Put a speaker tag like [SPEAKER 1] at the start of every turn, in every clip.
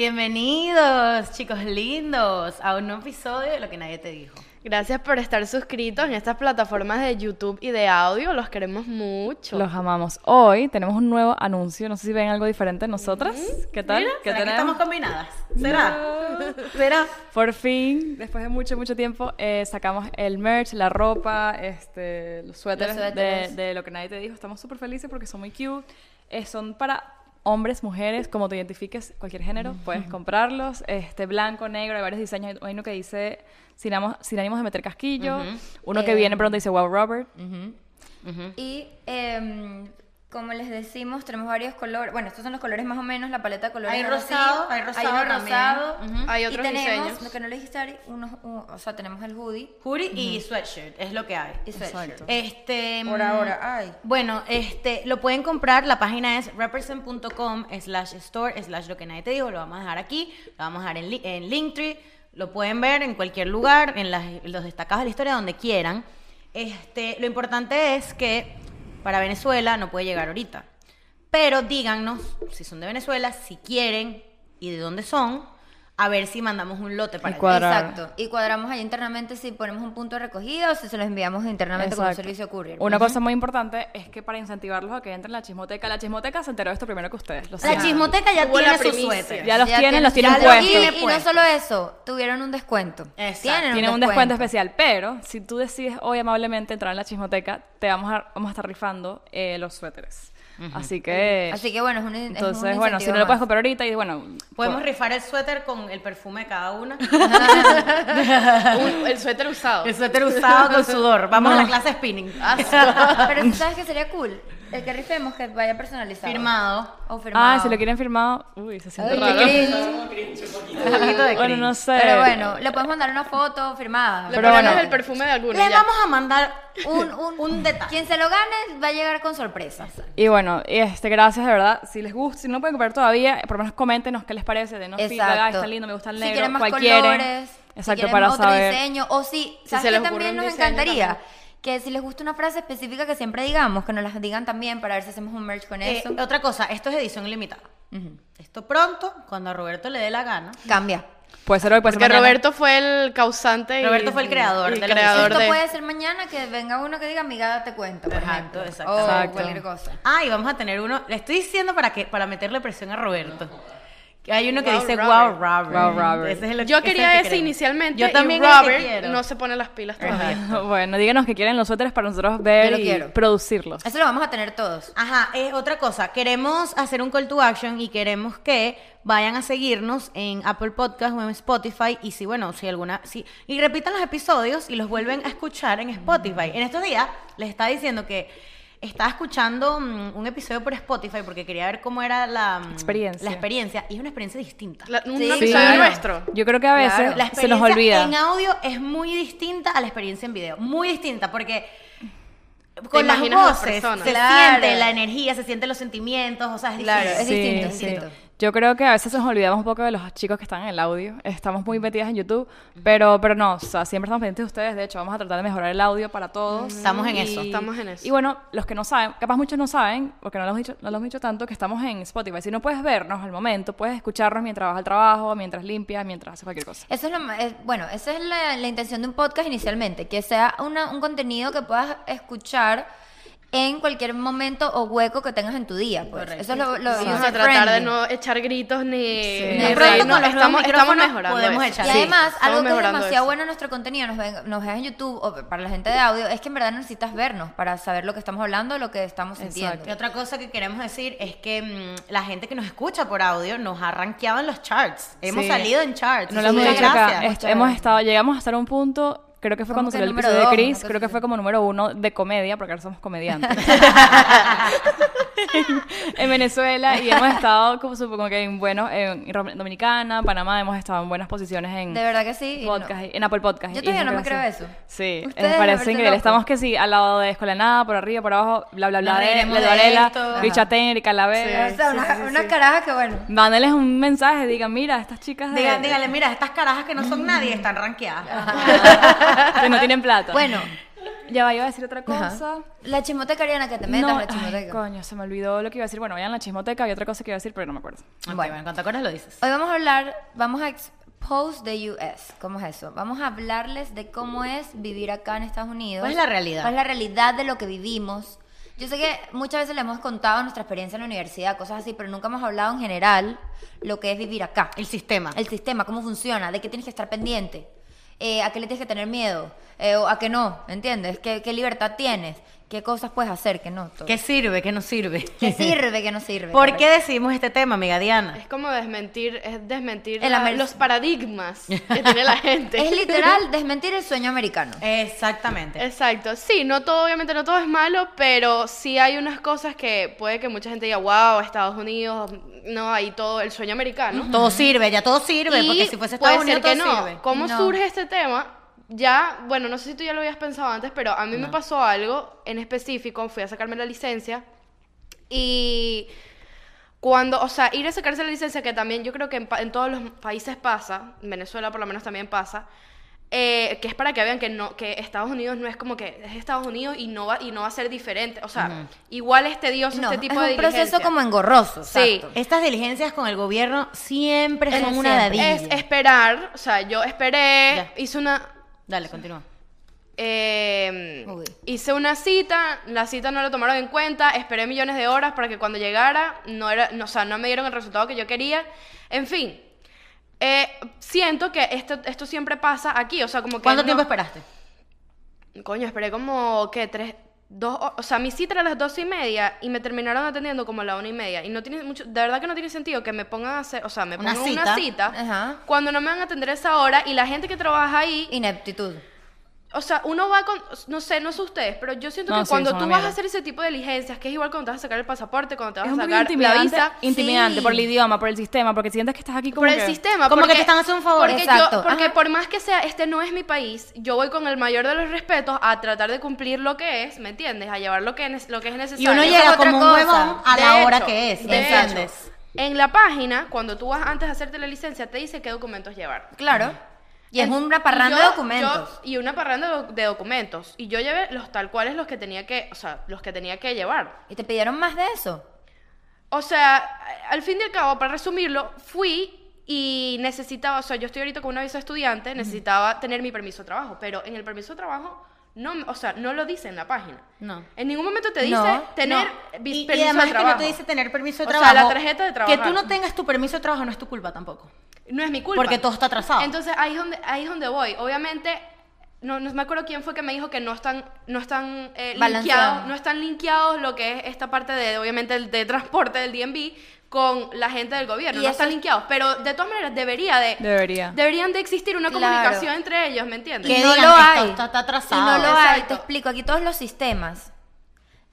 [SPEAKER 1] Bienvenidos, chicos lindos, a un nuevo episodio de Lo que nadie te dijo.
[SPEAKER 2] Gracias por estar suscritos en estas plataformas de YouTube y de audio. Los queremos mucho.
[SPEAKER 3] Los amamos. Hoy tenemos un nuevo anuncio. No sé si ven algo diferente en nosotras. ¿Qué tal?
[SPEAKER 1] Mira,
[SPEAKER 3] ¿Qué
[SPEAKER 1] ¿será que
[SPEAKER 3] tenemos?
[SPEAKER 1] estamos combinadas? ¿Será? ¿Será?
[SPEAKER 3] Por fin, después de mucho, mucho tiempo, eh, sacamos el merch, la ropa, este, los suéteres,
[SPEAKER 1] Los
[SPEAKER 3] de-
[SPEAKER 1] suéteres.
[SPEAKER 3] De, lo que nadie te dijo. Estamos súper felices porque son muy cute. Eh, son para hombres, mujeres, como te identifiques, cualquier género, puedes comprarlos. Este blanco, negro, hay varios diseños. Hay uno que dice sin, amo- sin ánimos de meter casquillo. Uno que
[SPEAKER 4] Eh,
[SPEAKER 3] viene pronto y dice, wow, Robert.
[SPEAKER 4] Y em, como les decimos, tenemos varios colores. Bueno, estos son los colores más o menos, la paleta de colores.
[SPEAKER 1] Hay
[SPEAKER 4] es así.
[SPEAKER 1] rosado, hay rosado
[SPEAKER 4] uno
[SPEAKER 1] también.
[SPEAKER 4] rosado.
[SPEAKER 1] Ujú.
[SPEAKER 2] Hay
[SPEAKER 4] Y
[SPEAKER 2] otros
[SPEAKER 4] tenemos,
[SPEAKER 2] diseños.
[SPEAKER 4] lo que no les dije, Ari, unos, un- o sea, tenemos el hoodie.
[SPEAKER 1] Hoodie y sweatshirt, es lo que hay.
[SPEAKER 4] Y sweatshirt. Eh,
[SPEAKER 1] Este,
[SPEAKER 4] Por
[SPEAKER 1] mm,
[SPEAKER 4] ahora, ay.
[SPEAKER 1] Bueno, este, lo pueden comprar, la página es represent.com slash store slash lo que nadie te dijo, lo vamos a dejar aquí, lo vamos a dejar en, li- en Linktree, lo pueden ver en cualquier lugar, en las- los destacados de la historia, donde quieran. Este, lo importante es que para Venezuela no puede llegar ahorita, pero díganos si son de Venezuela, si quieren y de dónde son, a ver si mandamos un lote para
[SPEAKER 3] Y
[SPEAKER 1] allá.
[SPEAKER 3] Cuadrar.
[SPEAKER 4] Exacto. Y cuadramos ahí internamente si ponemos un punto de recogida o si se los enviamos internamente con un
[SPEAKER 3] Exacto.
[SPEAKER 4] servicio courier.
[SPEAKER 3] Una cosa muy importante es que para incentivarlos a que entren a la chismoteca, la chismoteca se enteró de esto primero que ustedes.
[SPEAKER 1] La
[SPEAKER 3] Lo siento.
[SPEAKER 1] chismoteca ya
[SPEAKER 2] Hubo la
[SPEAKER 1] tiene su
[SPEAKER 2] primicia.
[SPEAKER 1] suéter.
[SPEAKER 3] Ya los tienen, los tienen
[SPEAKER 4] ya
[SPEAKER 3] puestos.
[SPEAKER 4] Y, y no
[SPEAKER 1] Puestos.
[SPEAKER 4] solo eso, tuvieron un descuento.
[SPEAKER 1] Exacto.
[SPEAKER 4] Tienen,
[SPEAKER 3] Tienen un descuento especial, pero si tú decides hoy amablemente entrar en la chismoteca, te vamos a, vamos a estar rifando eh, los suéteres. Así que...
[SPEAKER 4] Así que bueno, es un es un
[SPEAKER 3] entonces, bueno, si
[SPEAKER 4] incentivo
[SPEAKER 3] no lo
[SPEAKER 4] más.
[SPEAKER 3] puedes comprar ahorita, y bueno...
[SPEAKER 1] Podemos
[SPEAKER 3] pues,
[SPEAKER 1] rifar el suéter con el perfume de cada una.
[SPEAKER 2] Un- el suéter usado.
[SPEAKER 1] El suéter usado con sudor. Vamos a la
[SPEAKER 3] No.
[SPEAKER 1] clase de spinning.
[SPEAKER 4] Ah, Pero tú sabes que sería cool. El que rifemos que vaya personalizado.
[SPEAKER 1] Firmado.
[SPEAKER 4] O firmado.
[SPEAKER 3] Ah, si lo quieren firmado... Uy, se siente
[SPEAKER 4] Ay, qué
[SPEAKER 3] raro.
[SPEAKER 4] cringe.
[SPEAKER 1] Un poquito de
[SPEAKER 3] Bueno,
[SPEAKER 1] cringe.
[SPEAKER 3] no sé.
[SPEAKER 4] Pero bueno, le podemos mandar una foto firmada.
[SPEAKER 2] Le
[SPEAKER 3] Pero
[SPEAKER 2] ponemos
[SPEAKER 3] bueno.
[SPEAKER 2] el perfume de alguno.
[SPEAKER 1] Le
[SPEAKER 2] ya.
[SPEAKER 1] vamos a mandar
[SPEAKER 4] Un, un,
[SPEAKER 1] un detalle.
[SPEAKER 4] Quien se lo gane va a llegar con sorpresas.
[SPEAKER 3] Y bueno, este, gracias de verdad. Si les gusta, si no lo pueden comprar todavía, por lo menos coméntenos qué les parece, denos feedback,
[SPEAKER 4] Exacto.
[SPEAKER 3] "Ay, está lindo, me gusta el negro,
[SPEAKER 4] si quieren más
[SPEAKER 3] cuál quieren.
[SPEAKER 4] colores, si
[SPEAKER 3] Exacto,
[SPEAKER 4] quieren
[SPEAKER 3] para
[SPEAKER 4] otro
[SPEAKER 3] saber.
[SPEAKER 4] diseño, o si,
[SPEAKER 2] Si
[SPEAKER 4] ¿sabes
[SPEAKER 2] se
[SPEAKER 4] qué
[SPEAKER 2] les ocurre
[SPEAKER 4] también
[SPEAKER 2] un
[SPEAKER 4] nos
[SPEAKER 2] diseño
[SPEAKER 4] encantaría?
[SPEAKER 2] también.
[SPEAKER 4] Que si les gusta una frase específica que siempre digamos, que nos las digan también para ver si hacemos un merch con
[SPEAKER 1] Eh,
[SPEAKER 4] eso.
[SPEAKER 1] otra cosa, esto es edición limitada. Esto pronto, cuando a Roberto le dé la gana.
[SPEAKER 4] Cambia.
[SPEAKER 3] Puede ser hoy, puede ser
[SPEAKER 2] Porque
[SPEAKER 3] mañana.
[SPEAKER 2] Roberto fue el causante. y-
[SPEAKER 1] Pues Roberto fue el creador
[SPEAKER 2] y
[SPEAKER 1] de la
[SPEAKER 2] creador
[SPEAKER 4] Esto
[SPEAKER 2] de.
[SPEAKER 4] puede ser mañana que venga uno que diga, amiga, te cuento. por
[SPEAKER 1] Exacto,
[SPEAKER 4] ejemplo.
[SPEAKER 1] exacto.
[SPEAKER 4] O
[SPEAKER 3] Exacto.
[SPEAKER 4] cualquier cosa.
[SPEAKER 1] Ah, y vamos a tener uno. Le estoy diciendo para que para meterle presión a Roberto. Que hay uno que
[SPEAKER 2] Wow,
[SPEAKER 1] dice
[SPEAKER 2] Robert.
[SPEAKER 1] wow Robert.
[SPEAKER 3] Wow, Robert.
[SPEAKER 1] Ese es el- ese
[SPEAKER 2] Yo
[SPEAKER 1] es el
[SPEAKER 2] quería
[SPEAKER 1] que
[SPEAKER 2] ese
[SPEAKER 1] queremos.
[SPEAKER 2] inicialmente.
[SPEAKER 1] Yo también
[SPEAKER 2] y
[SPEAKER 1] es el que
[SPEAKER 2] Robert
[SPEAKER 1] quiero.
[SPEAKER 2] no se pone las pilas todavía.
[SPEAKER 3] Bueno, díganos qué quieren los suéteres para nosotros ver
[SPEAKER 4] Yo lo
[SPEAKER 3] y
[SPEAKER 4] quiero.
[SPEAKER 3] producirlos.
[SPEAKER 4] Eso lo vamos a tener todos.
[SPEAKER 1] Ajá, es otra cosa. Queremos hacer un call to action y queremos que vayan a seguirnos en Apple Podcast o en Spotify. Y si, bueno, si alguna. Si, y repitan los episodios y los vuelven a escuchar en Spotify. En estos días les estaba diciendo que estaba escuchando mm, un episodio por Spotify porque quería ver cómo era la mm,
[SPEAKER 3] Experiencia.
[SPEAKER 1] La experiencia. Y es una experiencia distinta.
[SPEAKER 2] La- un
[SPEAKER 4] Sí,
[SPEAKER 2] episodio
[SPEAKER 4] claro.
[SPEAKER 2] nuestro.
[SPEAKER 3] Yo creo que a veces
[SPEAKER 4] Claro.
[SPEAKER 1] La
[SPEAKER 3] se
[SPEAKER 1] experiencia
[SPEAKER 3] nos olvida.
[SPEAKER 1] en audio es muy distinta a la experiencia en video. Muy distinta, porque con las
[SPEAKER 2] imaginas a las
[SPEAKER 1] voces
[SPEAKER 2] personas.
[SPEAKER 1] se
[SPEAKER 4] Claro.
[SPEAKER 1] siente la energía, se sienten los sentimientos, o sea, es
[SPEAKER 4] Claro,
[SPEAKER 1] difícil.
[SPEAKER 4] es distinto, es distinto.
[SPEAKER 3] Yo creo que a veces nos olvidamos un poco de los chicos que están en el audio. Estamos muy metidas en YouTube, pero, pero no, o sea, siempre estamos pendientes de ustedes. De hecho, vamos a tratar de mejorar el audio para todos.
[SPEAKER 1] Estamos en
[SPEAKER 3] Y-
[SPEAKER 1] eso.
[SPEAKER 2] Estamos en eso.
[SPEAKER 3] Y bueno, los que no saben, capaz muchos no saben, porque no lo hemos dicho, no lo hemos dicho tanto, que estamos en Spotify. Si no puedes vernos al momento, puedes escucharnos mientras vas al trabajo, mientras limpias, mientras haces cualquier cosa.
[SPEAKER 4] Eso es lo ma- es- bueno, esa es la, la intención de un podcast inicialmente, que sea una- un contenido que puedas escuchar en cualquier momento o hueco que tengas en tu día. Pues. Eso es lo, lo
[SPEAKER 2] Vamos a
[SPEAKER 4] user
[SPEAKER 2] tratar de
[SPEAKER 4] friendly.
[SPEAKER 2] no echar gritos ni, ni
[SPEAKER 3] De
[SPEAKER 1] pronto con
[SPEAKER 2] reírnos.
[SPEAKER 1] los nuevos
[SPEAKER 2] Estamos, estamos
[SPEAKER 1] micrófonos
[SPEAKER 2] mejorando.
[SPEAKER 1] podemos
[SPEAKER 2] eso.
[SPEAKER 1] echar
[SPEAKER 4] Y
[SPEAKER 1] Sí,
[SPEAKER 4] además,
[SPEAKER 2] estamos
[SPEAKER 4] algo que es
[SPEAKER 2] mejorando eso.
[SPEAKER 4] demasiado bueno en nuestro contenido, nos, ven, nos veas en YouTube o para la gente de audio, es que en verdad necesitas vernos para saber lo que estamos hablando, lo que estamos sintiendo.
[SPEAKER 1] Y otra cosa que queremos decir es que mm, la gente que nos escucha por audio nos ha rankeado en los charts. Hemos
[SPEAKER 3] Sí.
[SPEAKER 1] salido en charts.
[SPEAKER 3] No
[SPEAKER 1] Eso
[SPEAKER 3] lo hemos
[SPEAKER 1] es una
[SPEAKER 3] dicho acá.
[SPEAKER 1] gracia.
[SPEAKER 3] Est- hemos estado, llegamos hasta un punto, creo que fue
[SPEAKER 4] Como
[SPEAKER 3] cuando
[SPEAKER 4] que
[SPEAKER 3] salió el
[SPEAKER 4] número
[SPEAKER 3] episodio de
[SPEAKER 4] dos,
[SPEAKER 3] Chris,
[SPEAKER 4] una cosa
[SPEAKER 3] creo que fue
[SPEAKER 4] así.
[SPEAKER 3] como número uno de comedia, porque ahora somos comediantes. en Venezuela y hemos estado como supongo que en buenos, en Rom- Dominicana, Panamá, hemos estado en buenas posiciones en
[SPEAKER 4] De verdad que sí. y no.
[SPEAKER 3] podcast, en Apple Podcast.
[SPEAKER 4] Yo
[SPEAKER 3] y
[SPEAKER 4] todavía no me
[SPEAKER 3] creo
[SPEAKER 4] creo
[SPEAKER 3] que
[SPEAKER 4] eso.
[SPEAKER 3] Sí, me
[SPEAKER 4] Ustedes me
[SPEAKER 3] parece
[SPEAKER 4] parecen
[SPEAKER 3] increíble.
[SPEAKER 4] locos.
[SPEAKER 3] Estamos que sí, al lado de Escuela de Nada, por arriba, por abajo, bla, bla, bla,
[SPEAKER 1] Nos
[SPEAKER 3] de
[SPEAKER 1] reiremos
[SPEAKER 3] Ledo
[SPEAKER 1] de
[SPEAKER 3] Varela,
[SPEAKER 1] esto.
[SPEAKER 3] Richa Tenri, Calavera.
[SPEAKER 4] O sea, una- unas carajas que bueno.
[SPEAKER 3] Mándenles un mensaje, digan, mira, estas chicas de- Mm.
[SPEAKER 1] Diga- dígale, mira, estas carajas que no son nadie están rankeadas.
[SPEAKER 3] que no tienen plata.
[SPEAKER 4] Bueno,
[SPEAKER 3] Ya va, iba a decir otra cosa.
[SPEAKER 4] La chismoteca, Ariana, que te metas, la
[SPEAKER 3] ay,
[SPEAKER 4] chismoteca.
[SPEAKER 3] coño, se me olvidó lo que iba a decir. Bueno, vayan a la chismoteca, había otra cosa que iba a decir, pero no me acuerdo.
[SPEAKER 1] Ok,
[SPEAKER 4] Bueno.
[SPEAKER 1] bueno, en cuanto acuerdas lo dices.
[SPEAKER 4] Hoy vamos a hablar, vamos a expose the US. ¿Cómo es eso? Vamos a hablarles de cómo es vivir acá en Estados Unidos.
[SPEAKER 1] ¿Cuál es la realidad?
[SPEAKER 4] ¿Cuál es la realidad de lo que vivimos? Yo sé que muchas veces le hemos contado nuestra experiencia en la universidad, cosas así, pero nunca hemos hablado en general lo que es vivir acá.
[SPEAKER 1] El sistema.
[SPEAKER 4] El sistema, cómo funciona, de qué tienes que estar pendiente, eh, a qué le tienes que tener miedo, eh, o a qué no, ¿entiendes? ¿Qué, qué libertad tienes, qué cosas puedes hacer, qué no. todo.
[SPEAKER 1] ¿Qué sirve? ¿Qué no sirve?
[SPEAKER 4] ¿Qué sirve, qué no
[SPEAKER 1] ¿Por
[SPEAKER 4] sirve? correcto.
[SPEAKER 1] qué decidimos este tema, amiga Diana?
[SPEAKER 2] Es como desmentir, es desmentir
[SPEAKER 4] El
[SPEAKER 2] la-
[SPEAKER 4] amer-
[SPEAKER 2] los paradigmas que tiene la gente.
[SPEAKER 4] Es literal desmentir el sueño americano.
[SPEAKER 1] Exactamente.
[SPEAKER 2] Exacto, sí, no todo, obviamente no todo es malo, pero sí hay unas cosas que puede que mucha gente diga, wow, Estados Unidos, no, ahí todo, el sueño americano.
[SPEAKER 1] Todo sirve, ya todo sirve,
[SPEAKER 2] Y
[SPEAKER 1] porque si fuese Estados
[SPEAKER 2] puede ser
[SPEAKER 1] Unidos todo
[SPEAKER 2] que no.
[SPEAKER 1] sirve.
[SPEAKER 2] ¿Cómo
[SPEAKER 4] No.
[SPEAKER 2] surge este tema? Ya, bueno, no sé si tú ya lo habías pensado antes, pero a mí me pasó algo en específico, fui a sacarme la licencia y cuando, o sea, ir a sacarse la licencia, que también yo creo que en, pa- en todos los países pasa, en Venezuela por lo menos también pasa, eh, que es para que vean que no que Estados Unidos no es como que es Estados Unidos y no va, y no va a ser diferente, o sea, igual es tedioso
[SPEAKER 4] No,
[SPEAKER 2] este tipo
[SPEAKER 4] es
[SPEAKER 2] de
[SPEAKER 4] un proceso
[SPEAKER 2] diligencia.
[SPEAKER 4] como engorroso.
[SPEAKER 2] Sí.
[SPEAKER 4] exacto.
[SPEAKER 1] Estas diligencias con el gobierno siempre
[SPEAKER 4] Es
[SPEAKER 1] son una
[SPEAKER 4] siempre.
[SPEAKER 1] dadilla.
[SPEAKER 2] Es esperar, o sea, yo esperé,
[SPEAKER 1] Ya.
[SPEAKER 2] hice una,
[SPEAKER 1] Dale, continúa.
[SPEAKER 2] Eh,
[SPEAKER 4] Uy.
[SPEAKER 2] hice una cita, la cita no la tomaron en cuenta, esperé millones de horas para que cuando llegara, no era, no, o sea, no me dieron el resultado que yo quería. En fin, eh, siento que esto, esto siempre pasa aquí, o sea, como que...
[SPEAKER 1] ¿Cuánto
[SPEAKER 2] no-
[SPEAKER 1] tiempo esperaste?
[SPEAKER 2] Coño, esperé como, ¿qué? Tres, dos, ho- o sea, mi cita era a las dos y media y me terminaron atendiendo como a la una y media. Y no tiene mucho, de verdad que no tiene sentido que me pongan a hacer, o sea, me
[SPEAKER 1] Una
[SPEAKER 2] pongan una
[SPEAKER 1] cita.
[SPEAKER 2] cita,
[SPEAKER 4] Ajá.
[SPEAKER 2] cuando no me van a atender a esa hora y la gente que trabaja ahí
[SPEAKER 4] Ineptitud.
[SPEAKER 2] o sea, uno va con, no sé, no sé ustedes, pero yo siento
[SPEAKER 3] No,
[SPEAKER 2] que
[SPEAKER 3] sí,
[SPEAKER 2] cuando
[SPEAKER 3] son
[SPEAKER 2] tú
[SPEAKER 3] una
[SPEAKER 2] vas a
[SPEAKER 3] mierda.
[SPEAKER 2] hacer ese tipo de diligencias, que es igual cuando te vas a sacar el pasaporte, cuando te vas
[SPEAKER 3] Es
[SPEAKER 2] a
[SPEAKER 3] un poquito
[SPEAKER 2] sacar la
[SPEAKER 3] intimidante,
[SPEAKER 2] visa,
[SPEAKER 3] intimidante
[SPEAKER 4] Sí.
[SPEAKER 3] por el idioma, por el sistema, porque sientes que estás aquí como
[SPEAKER 2] por el
[SPEAKER 3] que-
[SPEAKER 2] sistema.
[SPEAKER 1] Como que
[SPEAKER 2] porque-
[SPEAKER 1] te están haciendo un favor.
[SPEAKER 2] Porque, yo-
[SPEAKER 4] Exacto,
[SPEAKER 2] porque
[SPEAKER 4] ajá.
[SPEAKER 2] por más que sea, este no es mi país, yo voy con el mayor de los respetos a tratar de cumplir lo que es, ¿me entiendes? A llevar lo que, es- lo que es necesario.
[SPEAKER 1] Y uno
[SPEAKER 4] esa
[SPEAKER 1] llega
[SPEAKER 4] es otra
[SPEAKER 1] como un
[SPEAKER 4] cosa.
[SPEAKER 1] huevón a
[SPEAKER 2] De
[SPEAKER 1] la
[SPEAKER 2] hecho,
[SPEAKER 1] hora que es,
[SPEAKER 2] de
[SPEAKER 1] ¿entiendes?
[SPEAKER 2] hecho, En la página, cuando tú vas antes de hacerte la licencia, te dice qué documentos llevar.
[SPEAKER 4] Claro. Y es
[SPEAKER 2] En-
[SPEAKER 4] una parranda
[SPEAKER 2] yo-
[SPEAKER 4] de documentos.
[SPEAKER 2] yo- y una parranda de doc- de documentos. Y yo llevé los tal cuales los que tenía que, o sea, los que tenía que llevar.
[SPEAKER 4] ¿Y te pidieron más de eso?
[SPEAKER 2] O sea, a- al fin y al cabo, para resumirlo, fui y necesitaba, o sea, yo estoy ahorita con una visa de estudiante, necesitaba tener mi permiso de trabajo, pero en el permiso de trabajo no, me- o sea, no lo dice en la página.
[SPEAKER 1] No.
[SPEAKER 2] En ningún momento te dice
[SPEAKER 4] No,
[SPEAKER 2] tener
[SPEAKER 1] No.
[SPEAKER 2] vi-
[SPEAKER 1] Y- y,
[SPEAKER 2] permiso
[SPEAKER 1] además
[SPEAKER 2] de
[SPEAKER 1] que no
[SPEAKER 2] trabajo.
[SPEAKER 1] te dice tener permiso de
[SPEAKER 2] O sea,
[SPEAKER 1] trabajo.
[SPEAKER 2] la tarjeta de trabajar.
[SPEAKER 1] Que tú no tengas tu permiso de trabajo no es tu culpa tampoco.
[SPEAKER 2] No es mi culpa.
[SPEAKER 1] Porque todo está atrasado.
[SPEAKER 2] Entonces ahí es donde, ahí es donde voy. Obviamente, no, no me acuerdo quién fue que me dijo que no están, no están eh, linkeados,
[SPEAKER 4] Balanceado.
[SPEAKER 2] no están linkeados lo que es esta parte de, obviamente, el de transporte del DNB con la gente del gobierno.
[SPEAKER 4] Y
[SPEAKER 2] no
[SPEAKER 4] eso
[SPEAKER 2] están
[SPEAKER 4] es-
[SPEAKER 2] linkeados. Pero de todas maneras debería de.
[SPEAKER 3] Debería.
[SPEAKER 2] Deberían de existir una
[SPEAKER 4] Claro.
[SPEAKER 2] comunicación entre ellos, ¿me entiendes?
[SPEAKER 4] Y
[SPEAKER 1] Que
[SPEAKER 4] no
[SPEAKER 1] digan,
[SPEAKER 4] lo
[SPEAKER 1] esto
[SPEAKER 4] hay.
[SPEAKER 1] está- está atrasado.
[SPEAKER 4] Y no lo hay.
[SPEAKER 2] Exacto.
[SPEAKER 4] Te explico. Aquí todos los sistemas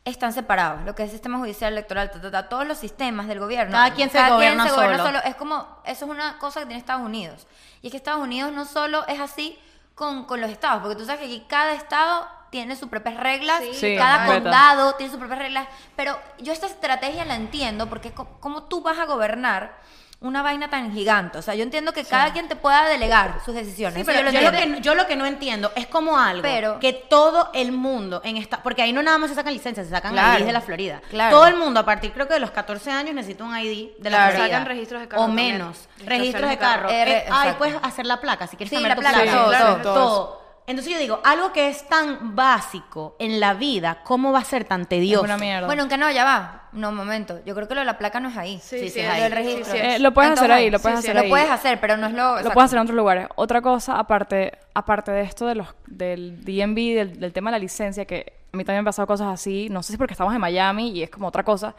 [SPEAKER 4] están separados. Lo que es sistema judicial, electoral, ta, ta, ta, todos los sistemas del gobierno.
[SPEAKER 1] Cada quien se gobierna solo.
[SPEAKER 4] Es como, eso es una cosa que tiene Estados Unidos. Y es que Estados Unidos no solo es así con, con los estados, porque tú sabes que aquí cada estado tiene sus propias reglas,
[SPEAKER 2] Sí,
[SPEAKER 3] Sí,
[SPEAKER 4] cada
[SPEAKER 3] completa.
[SPEAKER 4] condado tiene sus propias reglas, pero yo esta estrategia la entiendo porque es co- como tú vas a gobernar una vaina tan gigante, o sea, yo entiendo que cada quien te pueda delegar sus decisiones.
[SPEAKER 1] Sí,
[SPEAKER 4] Eso
[SPEAKER 1] pero
[SPEAKER 4] yo lo
[SPEAKER 1] yo, lo
[SPEAKER 4] entiendo.
[SPEAKER 1] que, yo lo que no entiendo es como algo
[SPEAKER 4] Pero-
[SPEAKER 1] que todo el mundo en esta. Porque ahí no nada más se sacan licencias, se sacan
[SPEAKER 4] Claro,
[SPEAKER 1] IDs de la Florida.
[SPEAKER 4] claro.
[SPEAKER 1] Todo el mundo, a partir creo que de los 14 años, necesita un ID de la
[SPEAKER 4] Claro.
[SPEAKER 1] Florida.
[SPEAKER 2] Sacan registros de carro
[SPEAKER 1] O
[SPEAKER 2] también.
[SPEAKER 1] menos.
[SPEAKER 2] Registraciones
[SPEAKER 1] Registros de
[SPEAKER 2] de carro.
[SPEAKER 1] carro.
[SPEAKER 4] R,
[SPEAKER 1] Eh, ahí
[SPEAKER 4] exacto.
[SPEAKER 1] puedes hacer la placa si quieres
[SPEAKER 4] Sí,
[SPEAKER 1] saber
[SPEAKER 4] la
[SPEAKER 1] tu
[SPEAKER 4] placa,
[SPEAKER 1] placa.
[SPEAKER 3] todo, Sí, claro, todo.
[SPEAKER 1] Todo. Entonces yo digo, algo que es tan básico en la vida, ¿cómo va a ser tan
[SPEAKER 3] Es
[SPEAKER 1] tedioso?
[SPEAKER 3] una mierda.
[SPEAKER 4] Bueno, aunque no, ya va. No, un momento. Yo creo que lo de la placa no es ahí.
[SPEAKER 2] Sí,
[SPEAKER 1] sí,
[SPEAKER 2] sí,
[SPEAKER 1] es
[SPEAKER 2] ahí.
[SPEAKER 4] Lo del registro.
[SPEAKER 2] Sí, sí, es.
[SPEAKER 3] Eh, lo puedes hacer
[SPEAKER 4] Entonces,
[SPEAKER 3] ahí, lo puedes
[SPEAKER 4] sí, sí,
[SPEAKER 3] hacer ahí.
[SPEAKER 4] Lo puedes hacer, pero no es lo...
[SPEAKER 3] Lo
[SPEAKER 4] exacto.
[SPEAKER 3] puedes hacer en otros lugares. Otra cosa, aparte, aparte de esto de los, del DMV, del, del tema de la licencia, que a mí también me han pasado cosas así, no sé si porque estamos en Miami y es como otra cosa,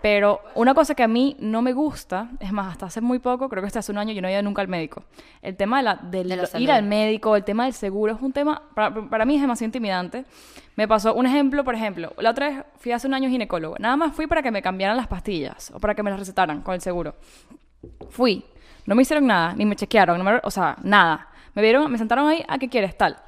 [SPEAKER 3] pero una cosa que a mí no me gusta, es más, hasta hace muy poco, creo que hasta hace un año yo no he ido nunca al médico. El tema de, la, del-
[SPEAKER 4] De la salud.
[SPEAKER 3] ir al médico, el tema del seguro, es un tema, para, para mí es demasiado intimidante. Me pasó un ejemplo, por ejemplo, la otra vez fui hace un año ginecólogo, nada más fui para que me cambiaran las pastillas o para que me las recetaran con el seguro. Fui. No me hicieron nada, ni me chequearon, no me- o sea, nada. Me vieron, me sentaron ahí, ¿a qué quieres? Tal.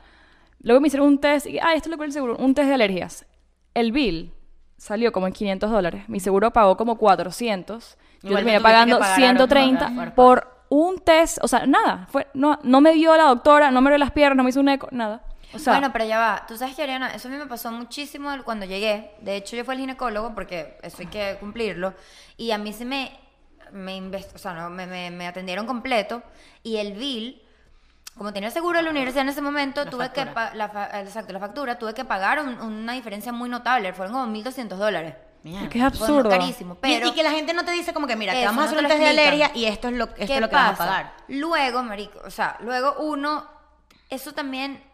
[SPEAKER 3] Luego me hicieron un test, y, ah, esto lo cubre el seguro, un test de alergias. El bill salió como en 500 dólares, mi seguro pagó como 400, yo
[SPEAKER 1] Igual me
[SPEAKER 3] terminé
[SPEAKER 1] tuviste que
[SPEAKER 3] pagando
[SPEAKER 1] pagar,
[SPEAKER 3] 130
[SPEAKER 1] pagar, pagar.
[SPEAKER 3] por un test, o sea, nada, fue, no, no me vio la doctora, no me vio las piernas, no me hizo un eco, nada. O sea,
[SPEAKER 4] bueno, pero ya va. Tú sabes que, Ariana, eso a mí me pasó muchísimo el- cuando llegué. De hecho, yo fui al ginecólogo porque eso hay que cumplirlo. Y a mí se me, me, invest- o sea, no, me, me- me atendieron completo. Y el bill, como tenía seguro de la universidad en ese momento, tuve que, pa- la fa- exacto, la factura, tuve que pagar un- una diferencia muy notable. Fueron como 1.200 dólares.
[SPEAKER 1] Mierda.
[SPEAKER 3] que es
[SPEAKER 4] Fue
[SPEAKER 3] absurdo.
[SPEAKER 4] carísimo. Pero
[SPEAKER 1] Y, y que la gente no te dice como que, mira, te
[SPEAKER 4] Eso,
[SPEAKER 1] vamos a
[SPEAKER 4] no
[SPEAKER 1] hacer un
[SPEAKER 4] te lo
[SPEAKER 1] test de
[SPEAKER 4] explican.
[SPEAKER 1] alergia y esto es lo, esto
[SPEAKER 4] ¿Qué
[SPEAKER 1] es lo que vas a pagar.
[SPEAKER 4] Luego, marico, o sea, luego uno, eso también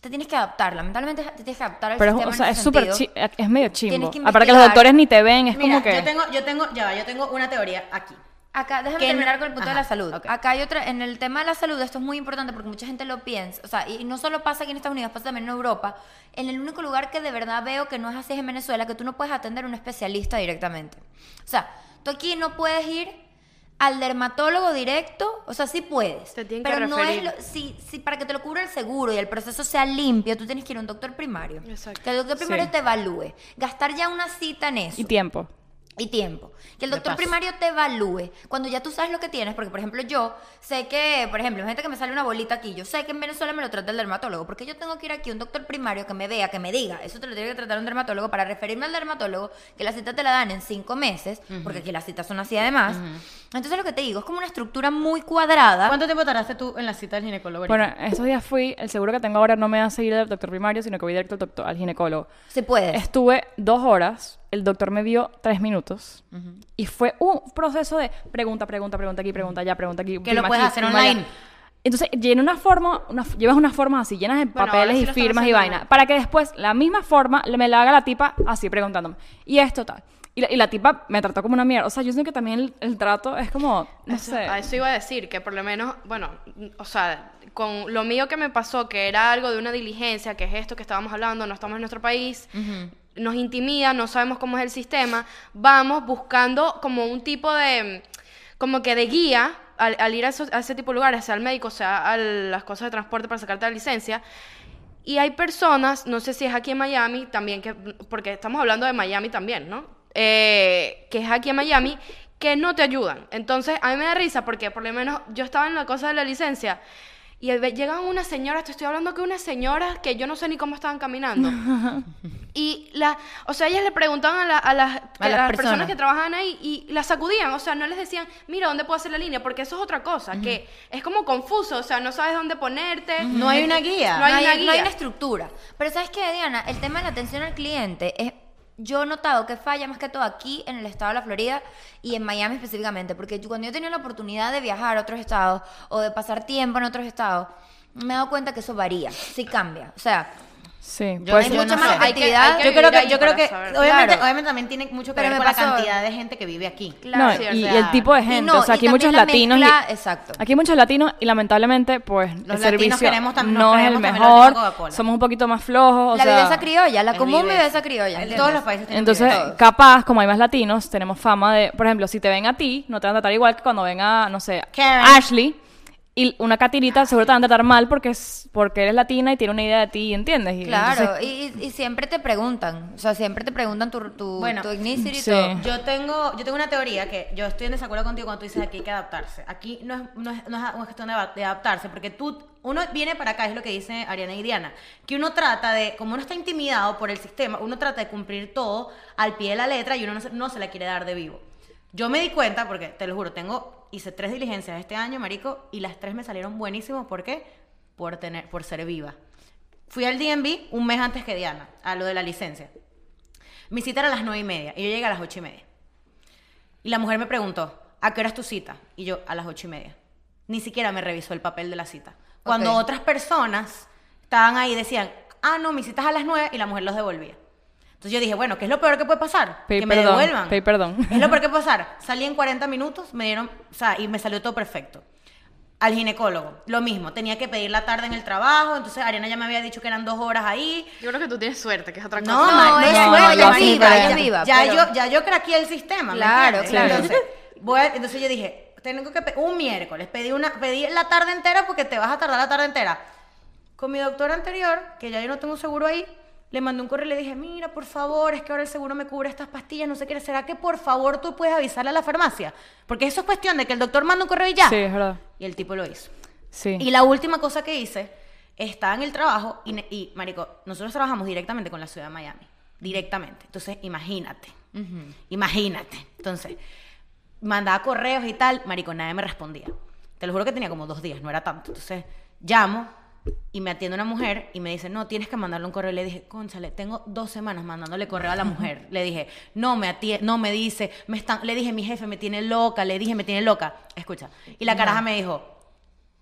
[SPEAKER 4] te tienes que adaptar, lamentablemente te tienes que adaptar al
[SPEAKER 3] Pero,
[SPEAKER 4] sistema
[SPEAKER 3] o sea,
[SPEAKER 4] en ese
[SPEAKER 3] es súper chi-
[SPEAKER 4] sentido.
[SPEAKER 3] es medio
[SPEAKER 4] Tienes
[SPEAKER 3] chimbo.
[SPEAKER 4] que
[SPEAKER 3] Aparte que los
[SPEAKER 4] investigar.
[SPEAKER 3] doctores ni te ven, es
[SPEAKER 1] Mira,
[SPEAKER 3] como que
[SPEAKER 1] yo tengo, yo tengo, ya va, yo tengo una teoría aquí.
[SPEAKER 4] Acá, déjame
[SPEAKER 1] que no-
[SPEAKER 4] terminar con el punto de la
[SPEAKER 1] Ajá,
[SPEAKER 4] salud.
[SPEAKER 1] ok.
[SPEAKER 4] Acá hay otra, en el tema de la salud, esto es muy importante porque mucha gente lo piensa, o sea, y, y no solo pasa aquí en Estados Unidos, pasa también en Europa. En el único lugar que de verdad veo que no es así es en Venezuela, que tú no puedes atender a un especialista directamente. O sea, tú aquí no puedes ir al dermatólogo directo, o sea, sí puedes.
[SPEAKER 2] Te tienen que
[SPEAKER 4] pero no es
[SPEAKER 2] referir.
[SPEAKER 4] lo, si, si para que te lo cubra el seguro y el proceso sea limpio, tú tienes que ir a un doctor primario.
[SPEAKER 2] Exacto.
[SPEAKER 4] Que el doctor
[SPEAKER 3] Sí.
[SPEAKER 4] primario te evalúe. Gastar ya una cita en eso
[SPEAKER 3] y tiempo.
[SPEAKER 4] y tiempo. Que el
[SPEAKER 1] De
[SPEAKER 4] doctor
[SPEAKER 1] paso.
[SPEAKER 4] primario te evalúe. Cuando ya tú sabes lo que tienes, porque por ejemplo yo sé que, por ejemplo, gente que me sale una bolita aquí, yo sé que en Venezuela me lo trata el dermatólogo, porque yo tengo que ir aquí a un doctor primario que me vea, que me diga, eso te lo tiene que tratar un dermatólogo para referirme al dermatólogo, que la cita te la dan en cinco meses, porque aquí las citas son así además. Entonces lo que te digo es como una estructura muy cuadrada.
[SPEAKER 1] ¿Cuánto tiempo tardaste tú en la cita del ginecólogo?
[SPEAKER 3] Bueno,
[SPEAKER 1] ahorita?
[SPEAKER 3] esos días fui, el seguro que tengo ahora no me hace ir al doctor primario, sino que voy directo al, doctor, al ginecólogo.
[SPEAKER 4] Se puede.
[SPEAKER 3] Estuve dos horas, el doctor me dio tres minutos y fue un proceso de pregunta, pregunta, pregunta aquí, pregunta allá, pregunta aquí.
[SPEAKER 1] Que lo
[SPEAKER 3] firma
[SPEAKER 1] puedes
[SPEAKER 3] aquí,
[SPEAKER 1] hacer
[SPEAKER 3] firma allá.
[SPEAKER 1] online.
[SPEAKER 3] Entonces, llena una forma, una- llevas unas formas así, llenas de
[SPEAKER 2] Bueno, ahora
[SPEAKER 3] papeles
[SPEAKER 2] sí
[SPEAKER 3] y
[SPEAKER 2] lo están
[SPEAKER 3] firmas y
[SPEAKER 2] haciendo
[SPEAKER 3] vaina,
[SPEAKER 2] online.
[SPEAKER 3] para que después la misma forma le- me la haga la tipa así preguntándome. Y esto tal. Y la, y la tipa me trató como una mierda. O sea, yo siento que también el, el trato es como, no
[SPEAKER 2] Eso-
[SPEAKER 3] sé.
[SPEAKER 2] A eso iba a decir, que por lo menos, bueno, mm, o sea, con lo mío que me pasó, que era algo de una diligencia, que es esto que estábamos hablando, no estamos en nuestro país, nos intimida, no sabemos cómo es el sistema, vamos buscando como un tipo de, como que de guía al, al ir a, esos- a ese tipo de lugares, sea al médico, sea a las cosas de transporte para sacarte la licencia. Y hay personas, no sé si es aquí en Miami también, que, porque estamos hablando de Miami también, ¿no? Eh, que es aquí en Miami, que no te ayudan. Entonces, a mí me da risa porque por lo menos yo estaba en la cosa de la licencia y al ver- llegan unas señoras, te estoy hablando que unas señoras que yo no sé ni cómo estaban caminando. Y la, o sea, ellas le preguntaban a, la- a las, que- a las personas.
[SPEAKER 4] personas.
[SPEAKER 2] que trabajaban ahí y las sacudían, o sea, no les decían, mira, ¿dónde puedo hacer la línea? Porque eso es otra cosa, que es como confuso, o sea, no sabes dónde ponerte.
[SPEAKER 1] No hay una guía.
[SPEAKER 2] No hay una
[SPEAKER 4] no hay
[SPEAKER 2] guía.
[SPEAKER 4] una estructura. Pero ¿sabes qué, Diana? El tema de la atención al cliente es... Yo he notado que falla más que todo aquí en el estado de la Florida y en Miami específicamente, porque yo- cuando yo he tenido la oportunidad de viajar a otros estados o de pasar tiempo en otros estados, me he dado cuenta que eso varía, sí cambia. O sea,
[SPEAKER 3] Sí,
[SPEAKER 1] Yo-
[SPEAKER 3] pues
[SPEAKER 1] yo
[SPEAKER 4] mucha
[SPEAKER 1] no
[SPEAKER 4] más
[SPEAKER 1] sé.
[SPEAKER 2] Hay que- hay
[SPEAKER 4] actividad.
[SPEAKER 2] que
[SPEAKER 1] yo creo
[SPEAKER 2] vivir
[SPEAKER 1] que,
[SPEAKER 2] ahí
[SPEAKER 1] yo creo
[SPEAKER 2] para
[SPEAKER 1] que
[SPEAKER 2] saber.
[SPEAKER 1] obviamente,
[SPEAKER 4] Claro.
[SPEAKER 1] obviamente también tiene mucho que
[SPEAKER 4] Pero
[SPEAKER 1] ver
[SPEAKER 4] me
[SPEAKER 1] con la
[SPEAKER 4] pasó-
[SPEAKER 1] cantidad de gente que vive aquí.
[SPEAKER 4] Claro,
[SPEAKER 3] no,
[SPEAKER 2] sí, o
[SPEAKER 3] y, y
[SPEAKER 2] sea,
[SPEAKER 3] el tipo de gente,
[SPEAKER 4] no,
[SPEAKER 3] o sea,
[SPEAKER 4] y
[SPEAKER 3] aquí hay muchos
[SPEAKER 4] también la
[SPEAKER 3] latinos
[SPEAKER 4] mezcla-
[SPEAKER 3] y,
[SPEAKER 4] exacto.
[SPEAKER 3] aquí hay muchos latinos y lamentablemente pues el
[SPEAKER 1] latinos
[SPEAKER 3] servicio
[SPEAKER 1] queremos tam- nos
[SPEAKER 3] no es el
[SPEAKER 1] queremos también la
[SPEAKER 3] mejor,
[SPEAKER 1] misma Coca-Cola.
[SPEAKER 3] somos un poquito más flojos, o
[SPEAKER 4] la
[SPEAKER 3] sea,
[SPEAKER 4] viveza criolla, la
[SPEAKER 1] Es
[SPEAKER 4] común
[SPEAKER 1] viveza.
[SPEAKER 4] viveza criolla.
[SPEAKER 1] En
[SPEAKER 4] ¿entiendes?
[SPEAKER 1] todos los países tienen
[SPEAKER 3] entonces
[SPEAKER 1] viveza.
[SPEAKER 3] capaz como hay más latinos tenemos fama de, por ejemplo, si te ven a ti no te van a tratar igual que cuando ven a no sé
[SPEAKER 1] Karen.
[SPEAKER 3] Ashley y una catirita seguro te van a tratar mal porque es porque eres latina y tiene una idea de ti, ¿entiendes? Y
[SPEAKER 4] Claro,
[SPEAKER 3] entonces-
[SPEAKER 4] y, y- y siempre te preguntan, o sea, siempre te preguntan tu, tu,
[SPEAKER 1] Bueno,
[SPEAKER 4] tu ethnicity y
[SPEAKER 3] sí.
[SPEAKER 4] todo.
[SPEAKER 1] Yo tengo, yo tengo una teoría que yo estoy en desacuerdo contigo cuando tú dices aquí hay que adaptarse. Aquí no es, no es, no es una cuestión de, adap- de adaptarse, porque tú, uno viene para acá, es lo que dice Ariana y Diana, que uno trata de, como uno está intimidado por el sistema, uno trata de cumplir todo al pie de la letra y uno no se, no se la quiere dar de vivo. Yo me di cuenta, porque te lo juro, tengo, hice tres diligencias este año, marico, y las tres me salieron buenísimos, ¿por qué? Por, tener, por ser viva. Fui al DMV un mes antes que Diana, a lo de la licencia. Mi cita era a las nueve y media y yo llegué a las ocho y media. Y la mujer me preguntó, ¿a qué hora es tu cita? Y yo, a las ocho y media. Ni siquiera me revisó el papel de la cita. Cuando
[SPEAKER 4] Ok.
[SPEAKER 1] otras personas estaban ahí decían, ah, no, mi cita es a las nueve y la mujer los devolvía. Entonces yo dije, bueno, ¿qué es lo peor que puede pasar?
[SPEAKER 3] Pedí
[SPEAKER 1] que me
[SPEAKER 3] perdón,
[SPEAKER 1] devuelvan.
[SPEAKER 3] pedí perdón.
[SPEAKER 1] Es lo peor que puede pasar. Salí en 40 minutos, me dieron, o sea, y me salió todo perfecto. Al ginecólogo, lo mismo, tenía que pedir la tarde en el trabajo, entonces Ariana ya me había dicho que eran dos horas ahí,
[SPEAKER 2] Yo creo que tú tienes suerte, que es otra cosa.
[SPEAKER 1] no,
[SPEAKER 4] No,
[SPEAKER 1] ma- no,
[SPEAKER 4] ella-
[SPEAKER 1] es
[SPEAKER 4] no,
[SPEAKER 1] suerte,
[SPEAKER 4] ella es
[SPEAKER 1] marica,
[SPEAKER 4] viva, ella
[SPEAKER 1] ya-
[SPEAKER 4] es viva,
[SPEAKER 1] Ya,
[SPEAKER 4] pero-
[SPEAKER 1] yo, ya yo craqueé el sistema. ¿me
[SPEAKER 4] Claro,
[SPEAKER 1] entiendes?
[SPEAKER 4] claro.
[SPEAKER 1] Entonces, voy a- entonces yo dije, tengo que pe- un miércoles, pedí una, pedí la tarde entera porque te vas a tardar la tarde entera. Con mi doctor anterior, que ya yo no tengo seguro ahí, le mandé un correo y le dije, mira, por favor, es que ahora el seguro me cubre estas pastillas, no sé qué, ¿será que por favor tú puedes avisarle a la farmacia? Porque eso es cuestión de que el doctor manda un correo y ya.
[SPEAKER 3] sí, es verdad.
[SPEAKER 1] Y el tipo lo hizo.
[SPEAKER 3] Sí.
[SPEAKER 1] Y la última cosa que hice estaba en el trabajo y, ne- y, marico, nosotros trabajamos directamente con la ciudad de Miami, directamente. Entonces, imagínate, imagínate. Entonces, mandaba correos y tal, marico, nadie me respondía. Te lo juro que tenía como dos días, no era tanto. Entonces, llamo y me atiende una mujer y me dice, no, tienes que mandarle un correo. Y le dije, conchale, tengo dos semanas mandándole correo a la mujer. le dije, no me atie- no me dice, me están, le dije, mi jefe me tiene loca, le dije, me tiene loca. Escucha. Y la caraja me dijo,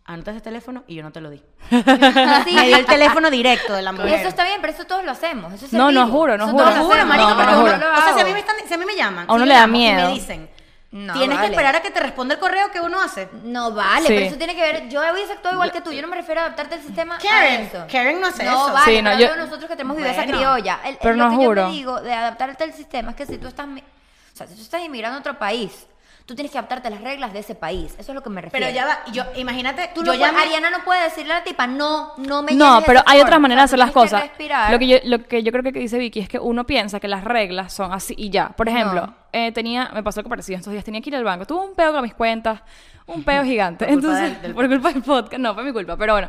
[SPEAKER 1] anota ese teléfono y yo no te lo di.
[SPEAKER 4] Ah, Sí.
[SPEAKER 1] Me dio el teléfono directo de la mujer.
[SPEAKER 4] Eso está bien, pero eso todos lo hacemos. Eso es
[SPEAKER 3] No,
[SPEAKER 4] ser
[SPEAKER 3] no,
[SPEAKER 4] vivo.
[SPEAKER 3] juro, no
[SPEAKER 4] Eso
[SPEAKER 3] juro.
[SPEAKER 1] Te
[SPEAKER 4] todos
[SPEAKER 1] lo
[SPEAKER 4] lo
[SPEAKER 1] juro,
[SPEAKER 4] hacemos.
[SPEAKER 1] marico,
[SPEAKER 3] No,
[SPEAKER 1] porque
[SPEAKER 3] no
[SPEAKER 1] uno-
[SPEAKER 3] juro.
[SPEAKER 4] lo
[SPEAKER 1] o sea, si a
[SPEAKER 4] hago.
[SPEAKER 1] mí me, están, si a mí me llaman,
[SPEAKER 3] A uno
[SPEAKER 1] si
[SPEAKER 3] le
[SPEAKER 1] yo
[SPEAKER 3] da
[SPEAKER 1] llamo y
[SPEAKER 3] miedo.
[SPEAKER 1] me dicen,
[SPEAKER 4] No,
[SPEAKER 1] tienes
[SPEAKER 4] vale.
[SPEAKER 1] que esperar a que te responda el correo que uno hace.
[SPEAKER 4] No vale,
[SPEAKER 3] Sí.
[SPEAKER 4] pero eso tiene que ver. Yo hubiese actuado igual que tú. Yo no me refiero a adaptarte al sistema. a
[SPEAKER 1] Karen,
[SPEAKER 4] eso.
[SPEAKER 1] Karen no hace
[SPEAKER 4] no,
[SPEAKER 1] eso.
[SPEAKER 4] Vale,
[SPEAKER 3] Sí, no,
[SPEAKER 4] pero
[SPEAKER 3] yo-
[SPEAKER 4] hablo de nosotros que tenemos viveza
[SPEAKER 1] Bueno.
[SPEAKER 4] criolla. El- el-
[SPEAKER 3] Pero
[SPEAKER 4] lo
[SPEAKER 3] no
[SPEAKER 4] que
[SPEAKER 3] juro.
[SPEAKER 4] Yo te digo de adaptarte al sistema es que si tú estás. mi- O sea, si tú estás inmigrando a otro país, tú tienes que adaptarte a las reglas de ese país. Eso es lo que me refiero.
[SPEAKER 1] Pero ya va, yo, imagínate,
[SPEAKER 4] Tú
[SPEAKER 1] yo
[SPEAKER 4] no
[SPEAKER 1] ya
[SPEAKER 4] puedes- Ariana no puede decirle a la tipa, no, no me
[SPEAKER 3] No,
[SPEAKER 4] llenes
[SPEAKER 3] pero
[SPEAKER 4] ese
[SPEAKER 3] hay
[SPEAKER 4] form.
[SPEAKER 3] otras maneras de
[SPEAKER 4] O sea,
[SPEAKER 3] hacer
[SPEAKER 4] tú
[SPEAKER 3] las
[SPEAKER 4] tienes que
[SPEAKER 3] cosas.
[SPEAKER 4] respirar.
[SPEAKER 3] Lo que yo, lo que yo creo que dice Vicky es que uno piensa que las reglas son así y ya. Por ejemplo,
[SPEAKER 4] No.
[SPEAKER 3] eh, tenía, me pasó algo parecido estos días, tenía que ir al banco, tuve un peo con mis cuentas, un peo gigante.
[SPEAKER 1] Por culpa
[SPEAKER 3] Entonces,
[SPEAKER 1] del- del
[SPEAKER 3] por culpa del podcast, no, fue mi culpa, pero bueno.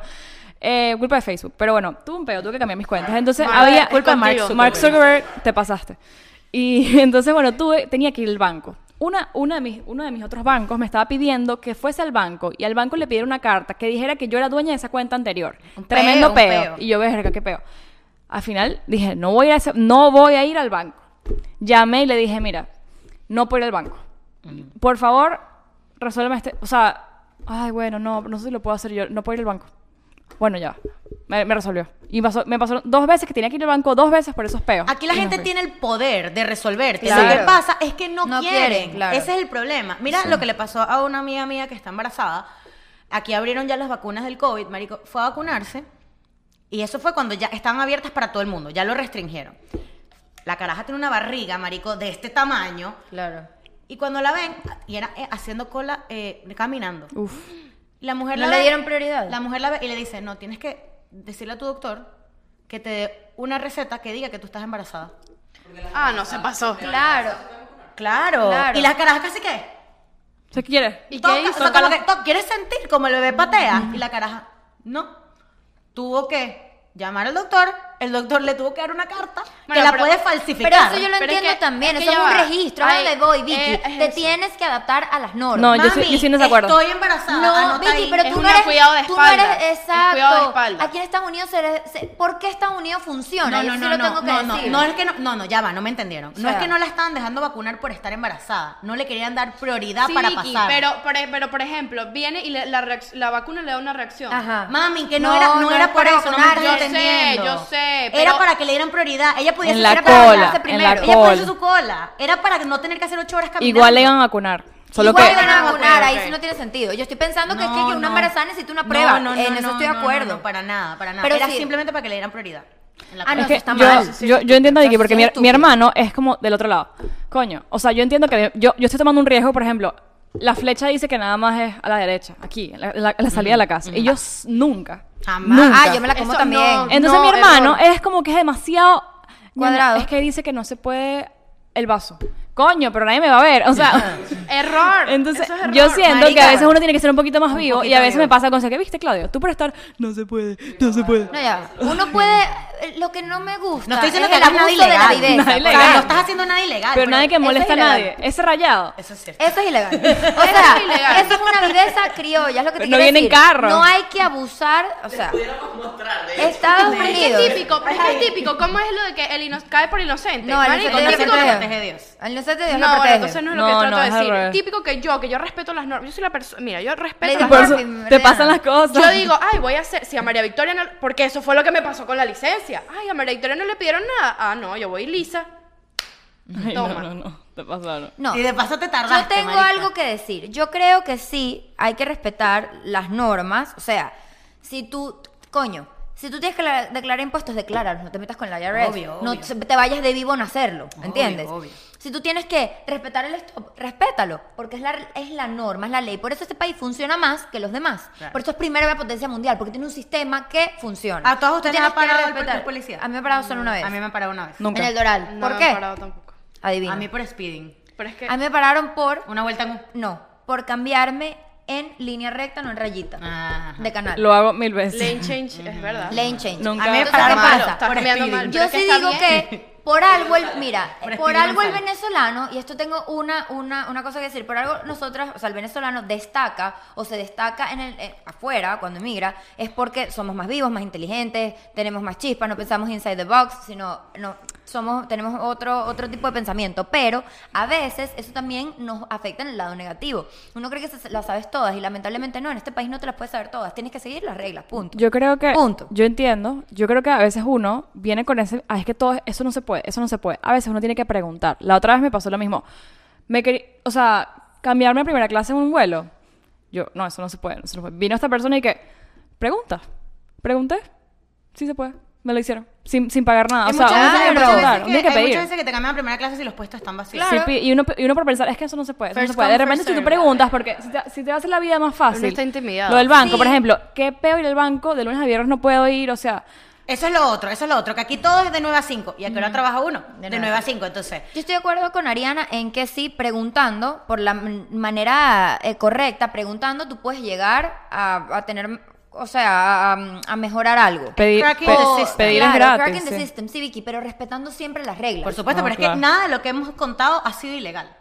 [SPEAKER 3] Eh, culpa de Facebook, pero bueno, tuve un peo, tuve que cambiar mis cuentas. Entonces,
[SPEAKER 2] Mark,
[SPEAKER 3] había
[SPEAKER 2] es culpa de Mark Zuckerberg.
[SPEAKER 3] Mark Zuckerberg, te pasaste. Y entonces, bueno, tuve, tenía que ir al banco. Una, una de mis, uno de mis otros bancos me estaba pidiendo que fuese al banco y al banco le pidiera una carta que dijera que yo era dueña de esa cuenta anterior.
[SPEAKER 1] Un peo,
[SPEAKER 3] Tremendo
[SPEAKER 1] un
[SPEAKER 3] peo.
[SPEAKER 1] peo.
[SPEAKER 3] Y yo, verga, qué peo. Al final dije, no voy a, ese- no voy a ir al banco. Llamé y le dije, mira, no puedo ir al banco. Por favor, resuélveme este. O sea, ay, bueno, no, no sé si lo puedo hacer yo. No puedo ir al banco. Bueno, ya. va. Me, me resolvió. Y pasó- me pasó dos veces que tenía que ir al banco, dos veces por esos peos.
[SPEAKER 1] Aquí la
[SPEAKER 3] Y no
[SPEAKER 1] gente
[SPEAKER 3] fui.
[SPEAKER 1] tiene el poder de resolverte.
[SPEAKER 4] Claro.
[SPEAKER 1] Lo que pasa es que no,
[SPEAKER 4] No
[SPEAKER 1] quieren.
[SPEAKER 4] quieren, claro.
[SPEAKER 1] Ese es el problema. Mira lo que le pasó a una amiga mía que está embarazada. Aquí abrieron ya las vacunas del COVID, marico. Fue a vacunarse y eso fue cuando ya estaban abiertas para todo el mundo. Ya lo restringieron. La caraja tiene una barriga, marico, de este tamaño.
[SPEAKER 4] Claro.
[SPEAKER 1] Y cuando la ven, y era eh, haciendo cola, eh, caminando.
[SPEAKER 3] Uf.
[SPEAKER 1] La mujer
[SPEAKER 4] ¿No
[SPEAKER 1] la
[SPEAKER 4] le
[SPEAKER 1] ve-
[SPEAKER 4] dieron prioridad?
[SPEAKER 1] La mujer la ve y le dice, no, tienes que decirle a tu doctor que te dé una receta que diga que tú estás embarazada.
[SPEAKER 2] Ah, no, se pasó.
[SPEAKER 4] Claro.
[SPEAKER 1] Claro.
[SPEAKER 4] Claro.
[SPEAKER 1] Y las carajas casi que...
[SPEAKER 3] ¿Se quiere?
[SPEAKER 2] ¿Y
[SPEAKER 1] toca-
[SPEAKER 2] qué
[SPEAKER 1] o
[SPEAKER 2] hizo?
[SPEAKER 1] sea, como que to- ¿Quieres sentir como el bebé patea? Y la caraja, no. Tuvo que llamar al doctor, el doctor le tuvo que dar una carta que
[SPEAKER 2] Bueno,
[SPEAKER 1] la
[SPEAKER 2] pero-
[SPEAKER 1] puede
[SPEAKER 4] Pero
[SPEAKER 1] falsificar.
[SPEAKER 4] eso yo lo
[SPEAKER 2] Pero es
[SPEAKER 4] entiendo
[SPEAKER 2] que-
[SPEAKER 4] también.
[SPEAKER 2] es que
[SPEAKER 4] eso es
[SPEAKER 2] ya
[SPEAKER 4] un
[SPEAKER 2] va.
[SPEAKER 4] registro.
[SPEAKER 2] Ay,
[SPEAKER 4] ¿Dónde voy, Vicky?
[SPEAKER 2] eh, es
[SPEAKER 4] te
[SPEAKER 2] eso.
[SPEAKER 4] tienes que adaptar a las normas.
[SPEAKER 3] No, yo sí- yo sí en desacuerdo.
[SPEAKER 1] estoy embarazada.
[SPEAKER 4] No,
[SPEAKER 1] Anota
[SPEAKER 4] Vicky,
[SPEAKER 1] ahí. Eh,
[SPEAKER 4] pero
[SPEAKER 2] Es
[SPEAKER 4] tú
[SPEAKER 2] un
[SPEAKER 4] no eres.
[SPEAKER 2] cuidado de
[SPEAKER 4] tú no eres-
[SPEAKER 2] espaldas, es cuidado
[SPEAKER 4] Exacto.
[SPEAKER 2] de espaldas.
[SPEAKER 4] Aquí en Estados Unidos, se le- se- ¿por qué Estados Unidos funciona?
[SPEAKER 1] No, no,
[SPEAKER 4] Yo sí
[SPEAKER 1] no,
[SPEAKER 4] lo
[SPEAKER 1] no,
[SPEAKER 4] tengo que
[SPEAKER 1] no, no,
[SPEAKER 4] decir.
[SPEAKER 1] no es que no, no, no, ya va, no me entendieron. no
[SPEAKER 4] sea.
[SPEAKER 1] es que no la estaban dejando vacunar por estar embarazada, no le querían dar prioridad
[SPEAKER 2] Sí,
[SPEAKER 1] para
[SPEAKER 2] Vicky,
[SPEAKER 1] pasar.
[SPEAKER 2] pero, por, e- pero, por ejemplo, viene y le- la, reac- la vacuna le da una reacción.
[SPEAKER 4] Ajá.
[SPEAKER 1] Mami, que no, era, no
[SPEAKER 4] no
[SPEAKER 1] era
[SPEAKER 4] es
[SPEAKER 1] por
[SPEAKER 4] para
[SPEAKER 1] eso, no me estás
[SPEAKER 4] vacunar, yo sé,
[SPEAKER 1] entendiendo.
[SPEAKER 2] yo sé,
[SPEAKER 1] Era
[SPEAKER 2] pero-
[SPEAKER 1] para que le dieran prioridad. Ella pudiese
[SPEAKER 3] En la
[SPEAKER 1] era
[SPEAKER 3] cola,
[SPEAKER 1] para vacunarse
[SPEAKER 3] en
[SPEAKER 1] primero.
[SPEAKER 3] la
[SPEAKER 1] Ella puede hacer
[SPEAKER 3] cola.
[SPEAKER 1] su cola. Era para no tener que hacer ocho horas caminando.
[SPEAKER 3] Igual le iban a vacunar. Solo
[SPEAKER 4] Igual
[SPEAKER 3] que.
[SPEAKER 4] van a
[SPEAKER 2] Ah, ok,
[SPEAKER 4] vacunar, ahí
[SPEAKER 2] ok.
[SPEAKER 4] sí no tiene sentido. Yo estoy pensando que es que
[SPEAKER 1] No,
[SPEAKER 4] una
[SPEAKER 1] no.
[SPEAKER 4] embarazada necesita una
[SPEAKER 1] No,
[SPEAKER 4] prueba.
[SPEAKER 1] no, no,
[SPEAKER 4] en eso
[SPEAKER 1] no,
[SPEAKER 4] estoy de
[SPEAKER 1] no, no,
[SPEAKER 4] acuerdo.
[SPEAKER 1] no, para nada, para nada.
[SPEAKER 4] Pero
[SPEAKER 1] era
[SPEAKER 4] sí.
[SPEAKER 1] simplemente para que le dieran prioridad. en la
[SPEAKER 4] Ah, no,
[SPEAKER 1] cola.
[SPEAKER 4] eso está
[SPEAKER 3] yo,
[SPEAKER 4] mal.
[SPEAKER 3] yo, yo entiendo a Vicky,
[SPEAKER 4] Eso
[SPEAKER 3] porque
[SPEAKER 4] es
[SPEAKER 3] mi, mi
[SPEAKER 4] estúpido.
[SPEAKER 3] hermano es como del otro lado. Coño, o sea, yo entiendo que yo, yo estoy tomando un riesgo, por ejemplo, la flecha dice que nada más es a la derecha, aquí, en la, en la- en la salida de la casa. Y yo s- nunca.
[SPEAKER 1] Jamás.
[SPEAKER 3] nunca.
[SPEAKER 4] Ah, yo me la como
[SPEAKER 2] Eso
[SPEAKER 4] también.
[SPEAKER 2] no.
[SPEAKER 3] Entonces mi hermano
[SPEAKER 2] error.
[SPEAKER 3] es como que es demasiado
[SPEAKER 4] Cuadrado.
[SPEAKER 3] Es que dice que no se puede el vaso. Coño, pero nadie me va a ver. O sea,
[SPEAKER 2] Error.
[SPEAKER 3] entonces
[SPEAKER 2] Eso es error.
[SPEAKER 3] yo siento que
[SPEAKER 1] Marica.
[SPEAKER 3] a veces uno tiene que ser un poquito más
[SPEAKER 1] Un
[SPEAKER 3] vivo y
[SPEAKER 1] poquito
[SPEAKER 3] a veces
[SPEAKER 1] vivo.
[SPEAKER 3] me pasa cosas que viste, Claudio, tú por estar no se puede, no se puede.
[SPEAKER 4] No, ya. Uno puede. Lo que no me gusta.
[SPEAKER 1] No estoy diciendo
[SPEAKER 4] es
[SPEAKER 1] que
[SPEAKER 4] el
[SPEAKER 1] hagas nada
[SPEAKER 4] abuso de la
[SPEAKER 1] ilegal.
[SPEAKER 4] viveza.
[SPEAKER 3] Nada
[SPEAKER 1] O
[SPEAKER 4] porque
[SPEAKER 1] sea,
[SPEAKER 3] ilegal.
[SPEAKER 1] no estás haciendo nada Ah, ilegal.
[SPEAKER 3] Pero nadie que
[SPEAKER 4] eso es
[SPEAKER 3] molesta a
[SPEAKER 4] ilegal.
[SPEAKER 3] nadie. Ese rayado.
[SPEAKER 1] Eso es cierto.
[SPEAKER 4] Eso es ilegal. O
[SPEAKER 2] es
[SPEAKER 4] sea,
[SPEAKER 2] ilegal.
[SPEAKER 4] eso es una viveza criolla, es lo que te
[SPEAKER 3] Pero no
[SPEAKER 4] quiero
[SPEAKER 3] viene en
[SPEAKER 4] decir.
[SPEAKER 3] carro.
[SPEAKER 4] No hay que abusar, o sea, Estados
[SPEAKER 2] Pero es que
[SPEAKER 4] Unidos.
[SPEAKER 2] es típico, pero es que es típico. ¿Cómo es lo de que el ino- cae por inocente?
[SPEAKER 4] No, el
[SPEAKER 2] Marico,
[SPEAKER 4] inocente
[SPEAKER 2] típico
[SPEAKER 4] Dios
[SPEAKER 2] que-
[SPEAKER 1] lo protege Dios.
[SPEAKER 4] Al inocente
[SPEAKER 2] No,
[SPEAKER 4] Dios lo
[SPEAKER 2] bueno,
[SPEAKER 4] protege.
[SPEAKER 2] entonces no es lo que
[SPEAKER 3] No,
[SPEAKER 2] trato
[SPEAKER 3] no,
[SPEAKER 2] de
[SPEAKER 3] es al
[SPEAKER 2] decir.
[SPEAKER 3] revés.
[SPEAKER 2] Típico que yo, que yo respeto las normas. Yo soy la persona. Mira, yo respeto
[SPEAKER 4] Lady
[SPEAKER 2] las
[SPEAKER 4] Bird.
[SPEAKER 3] Por
[SPEAKER 2] normas.
[SPEAKER 3] eso
[SPEAKER 4] Murphy,
[SPEAKER 3] te
[SPEAKER 4] ¿verdad?
[SPEAKER 3] pasan las cosas.
[SPEAKER 2] Yo digo, ay, voy a hacer. Si a María Victoria no. Porque eso fue lo que me pasó con la licencia. Ay, a María Victoria no le pidieron nada. Ah, no, yo voy lisa.
[SPEAKER 3] Ay, no,
[SPEAKER 2] Toma.
[SPEAKER 3] no, no, te pasaron.
[SPEAKER 4] No.
[SPEAKER 1] Y de paso te tardaste,
[SPEAKER 4] Yo tengo
[SPEAKER 1] marica.
[SPEAKER 4] algo que decir. Yo creo que sí hay que respetar las normas. O sea, si tú, coño, si tú tienes que la- declarar impuestos, decláralos. No te metas con la IRS.
[SPEAKER 1] Obvio,
[SPEAKER 4] no
[SPEAKER 1] obvio.
[SPEAKER 4] te- te vayas de vivo en hacerlo. ¿Entiendes?
[SPEAKER 1] obvio.
[SPEAKER 4] Si tú tienes que respetar el stop, respétalo. Porque es la, es la norma, es la ley. Por eso este país funciona más que los demás.
[SPEAKER 1] Claro.
[SPEAKER 4] Por eso es primera de potencia mundial. Porque tiene un sistema que funciona.
[SPEAKER 1] ¿A todas
[SPEAKER 4] Tú
[SPEAKER 1] ustedes les
[SPEAKER 4] tienes
[SPEAKER 1] ha
[SPEAKER 4] que
[SPEAKER 1] parado el
[SPEAKER 4] respetar.
[SPEAKER 1] policía?
[SPEAKER 4] A mí me ha parado solo una vez.
[SPEAKER 1] A mí me parado una vez.
[SPEAKER 3] Nunca.
[SPEAKER 4] En el Doral.
[SPEAKER 2] No
[SPEAKER 4] ¿Por
[SPEAKER 2] me
[SPEAKER 4] qué?
[SPEAKER 2] han parado tampoco.
[SPEAKER 4] Adivina.
[SPEAKER 1] A mí por speeding.
[SPEAKER 2] Pero es que.
[SPEAKER 4] A mí me pararon por
[SPEAKER 1] Una vuelta en un...
[SPEAKER 4] no, por cambiarme en línea recta, no en rayita.
[SPEAKER 1] Ajá.
[SPEAKER 4] De canal.
[SPEAKER 3] Lo hago mil veces.
[SPEAKER 2] Lane change, es verdad.
[SPEAKER 4] Mm, Lane change.
[SPEAKER 3] Nunca-
[SPEAKER 1] A mí me
[SPEAKER 4] Entonces, ¿qué
[SPEAKER 1] pasa
[SPEAKER 4] pasa?
[SPEAKER 1] malo,
[SPEAKER 2] Estás
[SPEAKER 1] por
[SPEAKER 2] cambiando
[SPEAKER 1] speeding.
[SPEAKER 2] mal.
[SPEAKER 1] Yo-
[SPEAKER 4] Yo
[SPEAKER 2] Pero que
[SPEAKER 4] sí
[SPEAKER 2] está
[SPEAKER 4] digo
[SPEAKER 2] bien.
[SPEAKER 4] que por algo el, mira,
[SPEAKER 1] Por
[SPEAKER 4] por
[SPEAKER 1] espíritu
[SPEAKER 4] algo el
[SPEAKER 1] sale.
[SPEAKER 4] venezolano, y esto tengo una, una, una cosa que decir, por algo nosotras, o sea, el venezolano destaca o se destaca en el eh, afuera cuando emigra, es porque somos más vivos, más inteligentes, tenemos más chispa, no pensamos inside the box, sino no somos, tenemos otro, otro tipo de pensamiento. Pero a veces eso también nos afecta en el lado negativo. Uno cree que se- las sabes todas, y lamentablemente no, en este país no te las puedes saber todas, tienes que seguir las reglas, punto.
[SPEAKER 3] Yo creo que.
[SPEAKER 4] Punto.
[SPEAKER 3] Yo entiendo. Yo creo que a veces uno viene con ese. Ah, es que todo. Eso no se puede. Eso no se puede. A veces uno tiene que preguntar. La otra vez me pasó lo mismo. Me querí- O sea, cambiarme a primera clase en un vuelo. Yo, no, eso no se puede. no se puede. Vino esta persona y que. Pregunta. Pregunté. Sí se puede. Me lo hicieron. Sin, sin pagar nada.
[SPEAKER 1] Hay
[SPEAKER 3] o sea,
[SPEAKER 1] muchas
[SPEAKER 3] uno
[SPEAKER 1] veces-
[SPEAKER 3] tiene
[SPEAKER 1] hay
[SPEAKER 3] que
[SPEAKER 1] muchas
[SPEAKER 3] preguntar.
[SPEAKER 1] veces
[SPEAKER 3] uno tiene
[SPEAKER 1] que-
[SPEAKER 3] que
[SPEAKER 1] hay
[SPEAKER 3] pedir.
[SPEAKER 1] muchas veces que te cambian a primera clase si los puestos están vacíos.
[SPEAKER 4] Claro.
[SPEAKER 3] Sí, pi- y, uno, y uno por pensar, es que eso no se puede. eso no
[SPEAKER 1] First
[SPEAKER 3] se puede.
[SPEAKER 1] come,
[SPEAKER 3] De repente,
[SPEAKER 1] first
[SPEAKER 3] si tú
[SPEAKER 1] serve.
[SPEAKER 3] preguntas, porque si te, si te hace la vida más fácil.
[SPEAKER 2] Uno está intimidado.
[SPEAKER 3] Lo del banco,
[SPEAKER 4] Sí.
[SPEAKER 3] por ejemplo. ¿Qué peo ir al banco? De lunes a viernes no puedo ir. O sea,
[SPEAKER 1] Eso es lo otro, eso es lo otro. Que aquí todo es de 9 a 5. ¿Y a qué hora trabaja uno? De,
[SPEAKER 4] De nueve a
[SPEAKER 1] 9 a 5. Entonces,
[SPEAKER 4] Yo estoy de acuerdo con Ariana en que sí, preguntando, por la m- manera eh, correcta, preguntando, tú puedes llegar a, a tener, o sea, a, a- a mejorar algo.
[SPEAKER 3] pedir,
[SPEAKER 1] Cracking
[SPEAKER 3] pe-
[SPEAKER 1] the system.
[SPEAKER 3] pedir
[SPEAKER 4] claro,
[SPEAKER 3] es gratis.
[SPEAKER 4] cracking the
[SPEAKER 3] sí.
[SPEAKER 4] system, sí, Vicky, pero respetando siempre las reglas.
[SPEAKER 1] por supuesto,
[SPEAKER 3] No,
[SPEAKER 1] pero es
[SPEAKER 3] claro.
[SPEAKER 1] que nada de lo que hemos contado ha sido ilegal.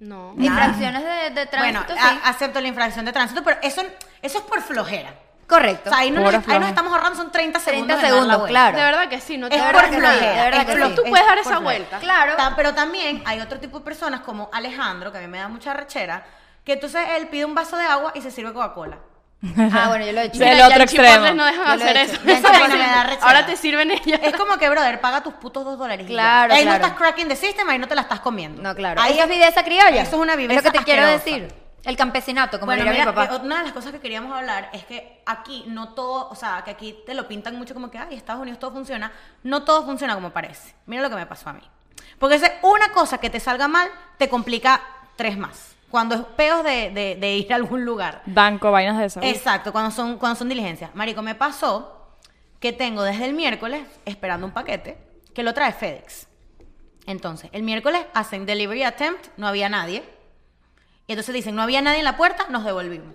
[SPEAKER 2] No.
[SPEAKER 4] Infracciones de, de
[SPEAKER 1] bueno,
[SPEAKER 4] tránsito, sí.
[SPEAKER 1] a- acepto la infracción de tránsito, pero eso, eso es por flojera. O
[SPEAKER 4] Correcto.
[SPEAKER 1] sea, ahí, no
[SPEAKER 3] Pura
[SPEAKER 1] nos, ahí nos
[SPEAKER 3] floja.
[SPEAKER 1] estamos ahorrando, son 30 segundos.
[SPEAKER 4] 30
[SPEAKER 1] en dar la
[SPEAKER 4] segundos,
[SPEAKER 1] vuelta.
[SPEAKER 4] claro.
[SPEAKER 2] De verdad que sí, no te
[SPEAKER 1] Es
[SPEAKER 4] De
[SPEAKER 2] da
[SPEAKER 1] por
[SPEAKER 4] verdad que
[SPEAKER 2] vergüenza.
[SPEAKER 1] flojera.
[SPEAKER 4] sí, de
[SPEAKER 1] es
[SPEAKER 4] verdad
[SPEAKER 1] por
[SPEAKER 4] que
[SPEAKER 2] Tú-
[SPEAKER 4] sí.
[SPEAKER 2] Tú
[SPEAKER 1] es
[SPEAKER 2] puedes dar
[SPEAKER 1] por
[SPEAKER 2] esa
[SPEAKER 1] flojera.
[SPEAKER 2] vuelta.
[SPEAKER 4] Claro.
[SPEAKER 1] Ta- Pero también hay otro tipo de personas como Alejandro, que a mí me da mucha rechera, que entonces él pide un vaso de agua y se sirve Coca-Cola.
[SPEAKER 4] Ah, bueno, yo lo he hecho.
[SPEAKER 3] Del
[SPEAKER 2] Mira,
[SPEAKER 3] otro
[SPEAKER 2] ya en
[SPEAKER 3] extremo.
[SPEAKER 2] Chipotles no dejan
[SPEAKER 4] Yo lo he
[SPEAKER 2] hacer
[SPEAKER 4] hecho.
[SPEAKER 2] eso.
[SPEAKER 4] Ya en
[SPEAKER 2] Esa
[SPEAKER 1] Chipotles
[SPEAKER 2] vaina.
[SPEAKER 1] me da rechera.
[SPEAKER 2] Ahora te sirven ellas.
[SPEAKER 1] Es como que, brother, paga tus putos dos dólares. y ya.
[SPEAKER 4] Claro,
[SPEAKER 1] Ahí
[SPEAKER 4] claro.
[SPEAKER 1] no estás cracking the system, ahí no te la estás comiendo.
[SPEAKER 4] No, claro.
[SPEAKER 1] Ahí
[SPEAKER 4] Eso es viveza criolla.
[SPEAKER 1] Eso es una viveza
[SPEAKER 4] lo que te quiero
[SPEAKER 1] asquerosa.
[SPEAKER 4] decir. El campesinato, como
[SPEAKER 1] bueno,
[SPEAKER 4] diría
[SPEAKER 1] mira,
[SPEAKER 4] mi papá.
[SPEAKER 1] eh, una de las cosas que queríamos hablar es que aquí no todo, o sea, que aquí te lo pintan mucho como que, ay, Estados Unidos todo funciona. No todo funciona como parece. Mira lo que me pasó a mí. Porque ese- una cosa que te salga mal te complica tres más. Cuando es peos de, de- de ir a algún lugar.
[SPEAKER 3] Banco, vainas de esas.
[SPEAKER 1] Exacto, cuando son, cuando son diligencias. Marico, me pasó que tengo desde el miércoles esperando un paquete que lo trae FedEx. Entonces, el miércoles hacen delivery attempt, no había nadie. Y entonces dicen, no había nadie en la puerta, nos devolvimos.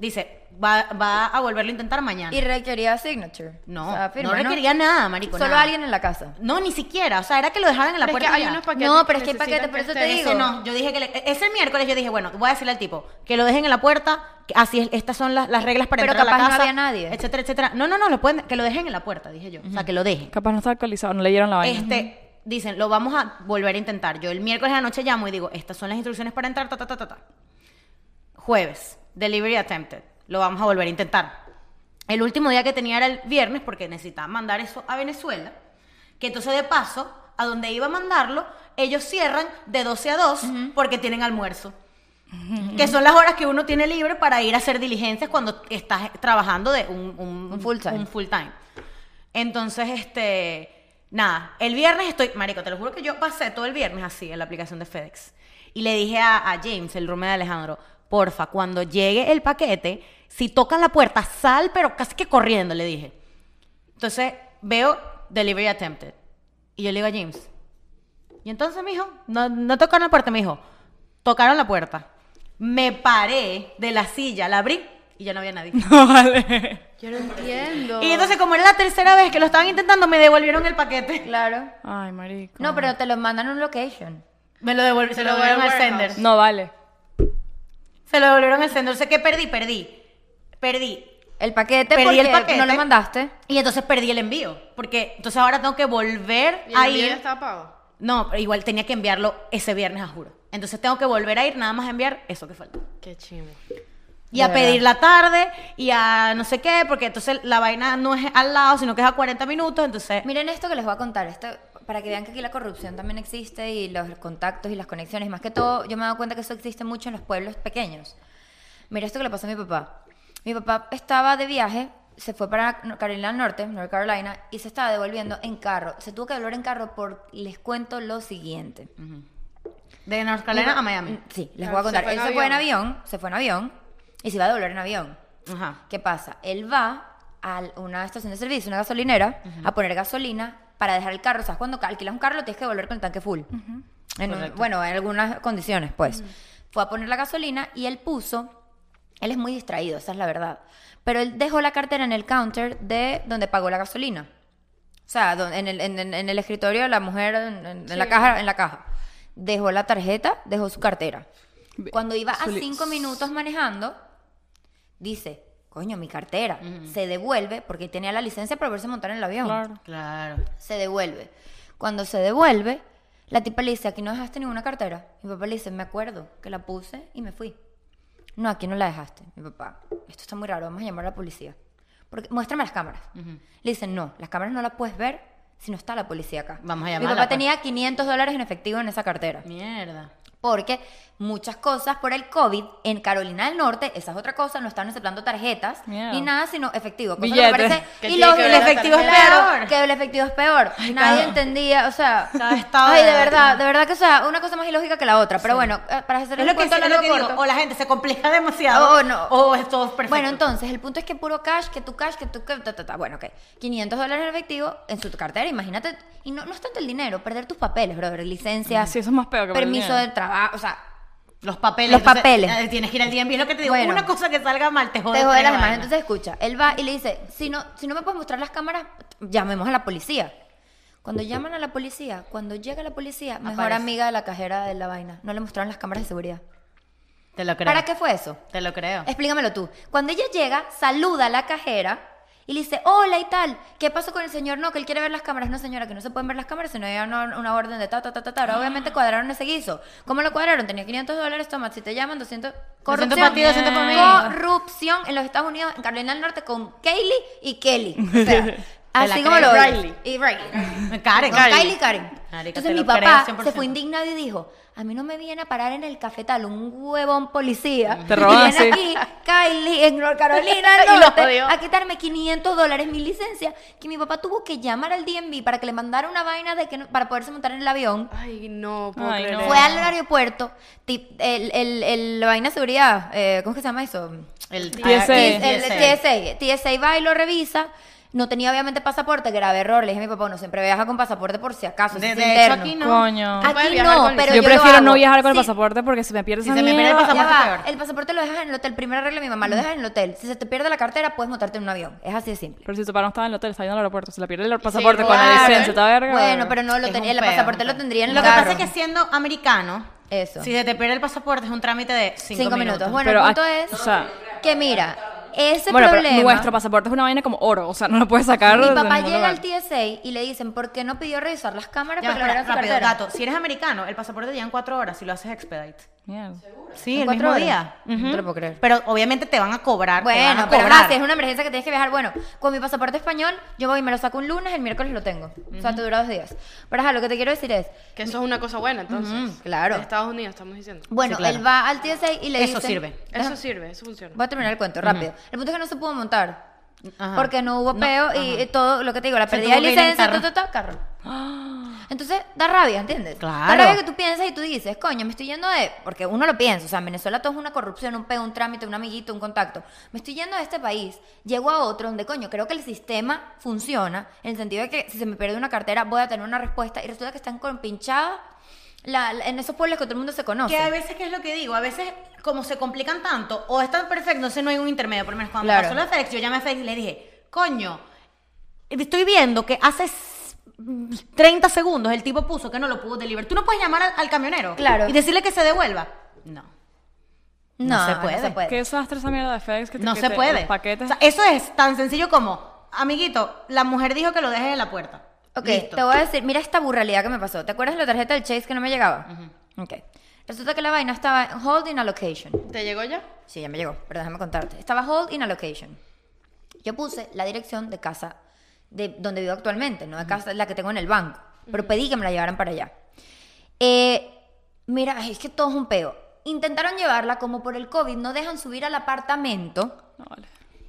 [SPEAKER 1] Dice, va, va a volverlo a intentar mañana.
[SPEAKER 4] Y requería signature.
[SPEAKER 1] no,
[SPEAKER 4] O sea, firma,
[SPEAKER 1] no requería nada, marico.
[SPEAKER 4] Solo
[SPEAKER 1] nada.
[SPEAKER 4] alguien en la casa.
[SPEAKER 1] No, ni siquiera. O sea, era que lo dejaban en la
[SPEAKER 2] Pero es
[SPEAKER 1] puerta.
[SPEAKER 2] que
[SPEAKER 1] y
[SPEAKER 2] hay
[SPEAKER 1] ya.
[SPEAKER 2] unos paquetes
[SPEAKER 4] No, pero es que hay
[SPEAKER 2] necesitan
[SPEAKER 4] paquetes, por eso te
[SPEAKER 2] estés-
[SPEAKER 4] digo.
[SPEAKER 1] Ese no, yo dije que le- ese miércoles yo dije, bueno, voy a decirle al tipo que lo dejen en la puerta, que así es- estas son las, las reglas para
[SPEAKER 4] Pero
[SPEAKER 1] entrar a la
[SPEAKER 4] capaz no
[SPEAKER 1] casa,
[SPEAKER 4] había nadie.
[SPEAKER 1] etcétera, etcétera. No, no, no, lo pueden que lo dejen en la puerta, dije yo, o sea, que lo dejen.
[SPEAKER 3] Capaz no está actualizado, no leyeron la vaina.
[SPEAKER 1] Este, dicen, lo vamos a volver a intentar. Yo el miércoles de la noche llamo y digo, estas son las instrucciones para entrar, ta ta ta ta. ta. Jueves, delivery attempted. Lo vamos a volver a intentar. El último día que tenía era el viernes porque necesitaba mandar eso a Venezuela. Que entonces de paso, a donde iba a mandarlo, ellos cierran de 12 a 2 porque tienen almuerzo. Que son las horas que uno tiene libre para ir a hacer diligencias cuando estás trabajando de un, un-
[SPEAKER 4] Un full time.
[SPEAKER 1] un full time. Entonces, este, nada, el viernes estoy, marico, te lo juro que yo pasé todo el viernes así en la aplicación de FedEx. Y le dije a, a James, el roommate de Alejandro, porfa, cuando llegue el paquete, si tocan la puerta, sal, pero casi que corriendo, le dije. Entonces, veo delivery attempted. Y yo le digo a James, y entonces, mijo, no, no tocaron la puerta, mijo. Tocaron la puerta. Me paré de la silla, la abrí y ya no había nadie.
[SPEAKER 3] No vale.
[SPEAKER 2] Yo no entiendo.
[SPEAKER 1] Y entonces, como era la tercera vez que lo estaban intentando, me devolvieron el paquete.
[SPEAKER 4] Claro.
[SPEAKER 3] Ay, marico.
[SPEAKER 4] No, pero te lo mandan a un location.
[SPEAKER 1] Me lo devolvieron, se
[SPEAKER 2] Te
[SPEAKER 1] lo
[SPEAKER 2] lo
[SPEAKER 1] devolvieron al
[SPEAKER 2] devuelven.
[SPEAKER 1] sender.
[SPEAKER 3] No vale.
[SPEAKER 1] Se lo devolvieron al sender. Sé que perdí, perdí. Perdí.
[SPEAKER 4] El paquete,
[SPEAKER 1] Perdí
[SPEAKER 4] porque
[SPEAKER 1] el paquete.
[SPEAKER 4] no lo mandaste.
[SPEAKER 1] Y entonces perdí el envío. Porque entonces ahora tengo que volver
[SPEAKER 2] Y el
[SPEAKER 1] a
[SPEAKER 2] envío
[SPEAKER 1] ir.
[SPEAKER 2] ya estaba pago.
[SPEAKER 1] No, pero igual tenía que enviarlo ese viernes, a juro. Entonces tengo que volver a ir nada más a enviar eso que falta.
[SPEAKER 2] Qué chimo.
[SPEAKER 1] Y a
[SPEAKER 4] De verdad.
[SPEAKER 1] pedir la tarde y a no sé qué, porque entonces la vaina no es al lado, sino que es a 40 minutos, entonces...
[SPEAKER 4] Miren esto que les voy a contar, esto, para que vean que aquí la corrupción también existe y los contactos y las conexiones. Más que todo, yo me he dado cuenta que eso existe mucho en los pueblos pequeños. Mira esto que le pasó a mi papá. Mi papá estaba de viaje, se fue para Carolina del Norte, North Carolina, y se estaba devolviendo en carro. Se tuvo que devolver en carro por, les cuento lo siguiente. mm,
[SPEAKER 1] De North Carolina a Miami.
[SPEAKER 4] Sí, les
[SPEAKER 2] Claro,
[SPEAKER 4] voy a
[SPEAKER 2] se
[SPEAKER 4] contar.
[SPEAKER 2] fue en
[SPEAKER 4] Él se fue en avión, se fue en avión, y se iba a devolver en avión.
[SPEAKER 1] Ajá.
[SPEAKER 4] ¿Qué pasa? Él va a una estación de servicio, una gasolinera, a poner gasolina para dejar el carro. ¿Sabes? Cuando alquilas un carro, lo tienes que volver con el tanque full. En un- bueno, en algunas condiciones, pues. Fue a poner la gasolina y él puso Él es muy distraído, esa es la verdad. Pero él dejó la cartera en el counter de donde pagó la gasolina. O sea, don- en el, en, en- en el escritorio de la mujer, en, en- en la caja, en la caja. Dejó la tarjeta, dejó su cartera.
[SPEAKER 3] Ve-
[SPEAKER 4] Cuando iba a
[SPEAKER 3] Soli-
[SPEAKER 4] cinco minutos manejando, dice, coño, mi cartera. Se devuelve porque tenía la licencia para verse montar en el avión.
[SPEAKER 3] Claro.
[SPEAKER 1] Claro.
[SPEAKER 4] Se devuelve. Cuando se devuelve, la tipa le dice, aquí no dejaste ninguna cartera. Mi papá le dice, me acuerdo que la puse y me fui. No, aquí no la dejaste. Mi papá, esto está muy raro, vamos a llamar a la policía. Porque, muéstrame las cámaras. Le dicen, no, las cámaras no las puedes ver si no está la policía acá.
[SPEAKER 1] Vamos a
[SPEAKER 4] Mi
[SPEAKER 1] llamarla, pues.
[SPEAKER 4] papá tenía 500 dólares en efectivo en esa cartera.
[SPEAKER 1] Mierda.
[SPEAKER 4] Porque muchas cosas por el COVID en Carolina del Norte, esa es otra cosa, no están aceptando tarjetas
[SPEAKER 3] Mierda.
[SPEAKER 4] ni nada, sino efectivo. Cosa que me
[SPEAKER 3] Billete.
[SPEAKER 4] parece
[SPEAKER 2] Que
[SPEAKER 4] y
[SPEAKER 2] tiene
[SPEAKER 4] los
[SPEAKER 2] que
[SPEAKER 1] ver
[SPEAKER 4] el
[SPEAKER 1] la
[SPEAKER 4] efectivo es
[SPEAKER 1] tarjeta.
[SPEAKER 4] peor. Que el efectivo es peor. Nadie
[SPEAKER 1] cada-
[SPEAKER 4] entendía, o sea.
[SPEAKER 1] cada estado
[SPEAKER 4] ay, de
[SPEAKER 1] de-
[SPEAKER 4] verdad, de verdad que o sea, una cosa más ilógica que la otra. Pero bueno, eh, para hacer
[SPEAKER 1] Es
[SPEAKER 4] el
[SPEAKER 1] lo que,
[SPEAKER 4] cuento
[SPEAKER 1] es lo
[SPEAKER 4] largo
[SPEAKER 1] que digo.
[SPEAKER 4] corto.
[SPEAKER 1] O la gente se complica demasiado.
[SPEAKER 4] O Oh, no.
[SPEAKER 1] O es todo perfecto.
[SPEAKER 4] Bueno, entonces, el punto es que puro cash, que tu cash, que tu... Que, ta, ta, ta. Bueno, ok. 500 dólares en efectivo en su cartera, imagínate. Y no, no es tanto el dinero, perder tus papeles, brother. Licencias,
[SPEAKER 3] Sí, eso es más peor que perder
[SPEAKER 4] permiso
[SPEAKER 3] dinero.
[SPEAKER 4] de trabajo, o sea,
[SPEAKER 1] Los papeles.
[SPEAKER 4] Los
[SPEAKER 1] entonces,
[SPEAKER 4] papeles.
[SPEAKER 1] eh, tienes que ir al DMV. Es lo que te digo.
[SPEAKER 4] Bueno.
[SPEAKER 1] una cosa que salga mal te jode.
[SPEAKER 4] Te jode
[SPEAKER 1] tres
[SPEAKER 4] las imágenes.
[SPEAKER 1] vainas.
[SPEAKER 4] Entonces escucha, él va y le dice, si no, si no me puedes mostrar las cámaras, llamemos a la policía. Cuando llaman a la policía, cuando llega la policía, mejor
[SPEAKER 1] Aparece.
[SPEAKER 4] amiga de la cajera de la vaina, no le mostraron las cámaras de seguridad.
[SPEAKER 1] Te lo creo.
[SPEAKER 4] ¿Para qué fue eso?
[SPEAKER 1] Te lo creo.
[SPEAKER 4] Explícamelo tú. Cuando ella llega, saluda a la cajera y le dice, hola y tal, ¿qué pasó con el señor? No, que él quiere ver las cámaras. No, señora, que no se pueden ver las cámaras, sino hay una, una orden de ta, ta, ta, ta, ta.
[SPEAKER 1] Ah.
[SPEAKER 4] Ahora, Obviamente cuadraron ese guiso. ¿Cómo lo cuadraron? Tenía 500 dólares, toma, si te llaman, 200... Corrupción.
[SPEAKER 1] para ti, 200 para mí.
[SPEAKER 4] Corrupción en los Estados Unidos, en Carolina del Norte, con Kaylee y Kelly. O sea, así como lo oyes.
[SPEAKER 1] Riley.
[SPEAKER 4] Y Riley.
[SPEAKER 1] Eh, Karen.
[SPEAKER 4] Con Kylie y Karen.
[SPEAKER 1] Marica,
[SPEAKER 4] Entonces
[SPEAKER 1] te
[SPEAKER 4] mi
[SPEAKER 1] lo creo
[SPEAKER 4] papá
[SPEAKER 1] 100%.
[SPEAKER 4] se fue indignado y dijo, a mí no me viene a parar en el cafetal un huevón policía.
[SPEAKER 3] Te roban,
[SPEAKER 4] Viene
[SPEAKER 3] sí.
[SPEAKER 4] aquí Kylie en North Carolina
[SPEAKER 2] Y
[SPEAKER 4] del
[SPEAKER 2] lo
[SPEAKER 4] Norte
[SPEAKER 2] jodió.
[SPEAKER 4] a quitarme 500 dólares mi licencia que mi papá tuvo que llamar al DMV para que le mandara una vaina de que no- para poderse montar en el avión.
[SPEAKER 2] Ay, no, puedo
[SPEAKER 3] Ay,
[SPEAKER 2] creer
[SPEAKER 3] no.
[SPEAKER 2] eso.
[SPEAKER 4] Fue al aeropuerto, tip- el, el, el- la vaina de seguridad, eh, ¿cómo es que se llama eso?
[SPEAKER 1] El E.
[SPEAKER 3] TSA.
[SPEAKER 4] Ah,
[SPEAKER 1] el-
[SPEAKER 4] el TSA. TSA va y lo revisa. No tenía obviamente pasaporte, grave error. Le dije a mi papá, no siempre viaja con pasaporte por si acaso.
[SPEAKER 1] De,
[SPEAKER 4] eso es
[SPEAKER 1] de hecho,
[SPEAKER 4] interno".
[SPEAKER 1] aquí no.
[SPEAKER 3] Coño.
[SPEAKER 2] Ah, puedes
[SPEAKER 4] Aquí
[SPEAKER 2] viajar
[SPEAKER 4] no,
[SPEAKER 2] con
[SPEAKER 4] pero
[SPEAKER 2] licencia.
[SPEAKER 3] yo
[SPEAKER 4] lo
[SPEAKER 3] prefiero no
[SPEAKER 4] hago.
[SPEAKER 3] viajar con
[SPEAKER 4] Sí,
[SPEAKER 3] el pasaporte porque se me pierde
[SPEAKER 1] Si
[SPEAKER 3] esa
[SPEAKER 1] se me pierde el
[SPEAKER 3] mierda.
[SPEAKER 4] ya
[SPEAKER 1] pasaporte,
[SPEAKER 4] va,
[SPEAKER 1] peor.
[SPEAKER 4] El pasaporte lo dejas en el hotel. Primera regla de mi mamá, lo dejas en el hotel. Si se te pierde la cartera, puedes montarte en un avión. Es así de simple.
[SPEAKER 3] Pero si tu papá no estaba en el hotel, está yendo al aeropuerto, se le pierde el pasaporte con la
[SPEAKER 2] claro.
[SPEAKER 3] licencia, está verga.
[SPEAKER 4] Bueno, pero no lo
[SPEAKER 1] Es
[SPEAKER 4] tenía.
[SPEAKER 1] un
[SPEAKER 4] El
[SPEAKER 1] peo,
[SPEAKER 4] pasaporte
[SPEAKER 1] un
[SPEAKER 4] lo
[SPEAKER 1] peo.
[SPEAKER 4] tendría en el
[SPEAKER 1] Lo que
[SPEAKER 4] carro.
[SPEAKER 1] pasa es que siendo americano,
[SPEAKER 4] Eso.
[SPEAKER 1] si se te pierde el pasaporte es un trámite de cinco,
[SPEAKER 4] cinco, minutos. Bueno,
[SPEAKER 3] Pero
[SPEAKER 4] el punto
[SPEAKER 3] aquí-
[SPEAKER 4] es
[SPEAKER 3] o sea-
[SPEAKER 4] que mira, ese
[SPEAKER 3] Bueno, pero
[SPEAKER 4] problema.
[SPEAKER 3] nuestro pasaporte es una vaina como oro, o sea, no lo puedes sacar.
[SPEAKER 4] mi
[SPEAKER 3] de
[SPEAKER 4] papá
[SPEAKER 3] ningún
[SPEAKER 4] llega
[SPEAKER 3] lugar.
[SPEAKER 4] al TSA y le dicen, ¿por qué no pidió revisar las cámaras
[SPEAKER 1] Ya,
[SPEAKER 4] para que
[SPEAKER 1] espera,
[SPEAKER 4] le dieran su
[SPEAKER 1] rápido,
[SPEAKER 4] cartera?
[SPEAKER 1] dato. Si eres americano, el pasaporte te llega en cuatro horas si lo haces expedite.
[SPEAKER 3] Mierda.
[SPEAKER 1] Sí,
[SPEAKER 4] ¿En
[SPEAKER 1] el
[SPEAKER 4] cuatro
[SPEAKER 1] mismo
[SPEAKER 4] horas?
[SPEAKER 1] día.
[SPEAKER 4] No te
[SPEAKER 1] Ujú.
[SPEAKER 4] lo puedo creer.
[SPEAKER 1] Pero obviamente te van a cobrar. te van
[SPEAKER 4] Bueno,
[SPEAKER 1] a
[SPEAKER 4] pero
[SPEAKER 1] cobrar.
[SPEAKER 4] nada, si es una emergencia que tienes que viajar, bueno, con mi pasaporte español, yo voy y me lo saco un lunes, el miércoles lo tengo. O sea, te dura dos días. Pero ajá, lo que te quiero decir es,
[SPEAKER 2] Que eso es una cosa buena, entonces.
[SPEAKER 4] Ujú, claro.
[SPEAKER 2] De Estados Unidos, estamos diciendo.
[SPEAKER 4] bueno,
[SPEAKER 1] Sí, claro.
[SPEAKER 4] él va al TSA y le dice...
[SPEAKER 1] Eso sirve.
[SPEAKER 2] Eso sirve, eso funciona.
[SPEAKER 4] Voy a terminar el cuento rápido. El punto es que no se pudo montar.
[SPEAKER 1] Ajá.
[SPEAKER 4] Porque no hubo peo y eh, todo lo que te digo, la
[SPEAKER 1] Se
[SPEAKER 4] pérdida de
[SPEAKER 1] tuvo que ir en
[SPEAKER 4] licencia,
[SPEAKER 1] carro.
[SPEAKER 4] ta, ta, ta, carro.
[SPEAKER 3] ¡Ah!
[SPEAKER 4] Entonces da rabia, ¿entiendes? Da
[SPEAKER 1] Claro.
[SPEAKER 4] rabia que tú piensas y tú dices, coño, me estoy yendo de. Porque uno lo piensa, o sea, en Venezuela todo es una corrupción, un peo, un trámite, un amiguito, un contacto. Me estoy yendo de este país, llego a otro donde, coño, creo que el sistema funciona, en el sentido de que si se me pierde una cartera voy a tener una respuesta y resulta que están con pinchada la- la- en esos pueblos que todo el mundo se conoce.
[SPEAKER 1] Que a veces, ¿qué es lo que digo? A veces, como se complican tanto, o están perfectos, entonces no hay un intermedio. Por lo menos cuando me
[SPEAKER 4] Claro.
[SPEAKER 1] pasó lo de FedEx, yo llamé a FedEx y le dije, coño, estoy viendo que hace s- 30 segundos el tipo puso que no lo pudo deliver. ¿Tú no puedes llamar al, al camionero?
[SPEAKER 4] Claro.
[SPEAKER 1] Y decirle que se devuelva. No.
[SPEAKER 4] no,
[SPEAKER 1] no se
[SPEAKER 4] no
[SPEAKER 1] puede.
[SPEAKER 4] se puede.
[SPEAKER 3] Qué desastre esa mierda de FedEx que te
[SPEAKER 1] No
[SPEAKER 3] que
[SPEAKER 1] se
[SPEAKER 3] te-
[SPEAKER 1] puede.
[SPEAKER 3] Los paquetes.
[SPEAKER 1] O sea, eso es tan sencillo como, amiguito, la mujer dijo que lo dejes en la puerta.
[SPEAKER 4] Ok,
[SPEAKER 1] Listo.
[SPEAKER 4] te voy a decir, mira esta burralidad que me pasó. ¿Te acuerdas de la tarjeta del Chase que no me llegaba? Ok. Resulta que la vaina estaba en hold in allocation.
[SPEAKER 2] ¿Te llegó ya?
[SPEAKER 4] Sí, ya me llegó, pero déjame contarte. Estaba hold in allocation. Yo puse la dirección de casa de donde vivo actualmente, no de casa la que tengo en el banco, pero pedí que me la llevaran para allá. Eh, mira, ay, es que todo es un peo. Intentaron llevarla como por el COVID, no dejan subir al apartamento.
[SPEAKER 3] No, vale.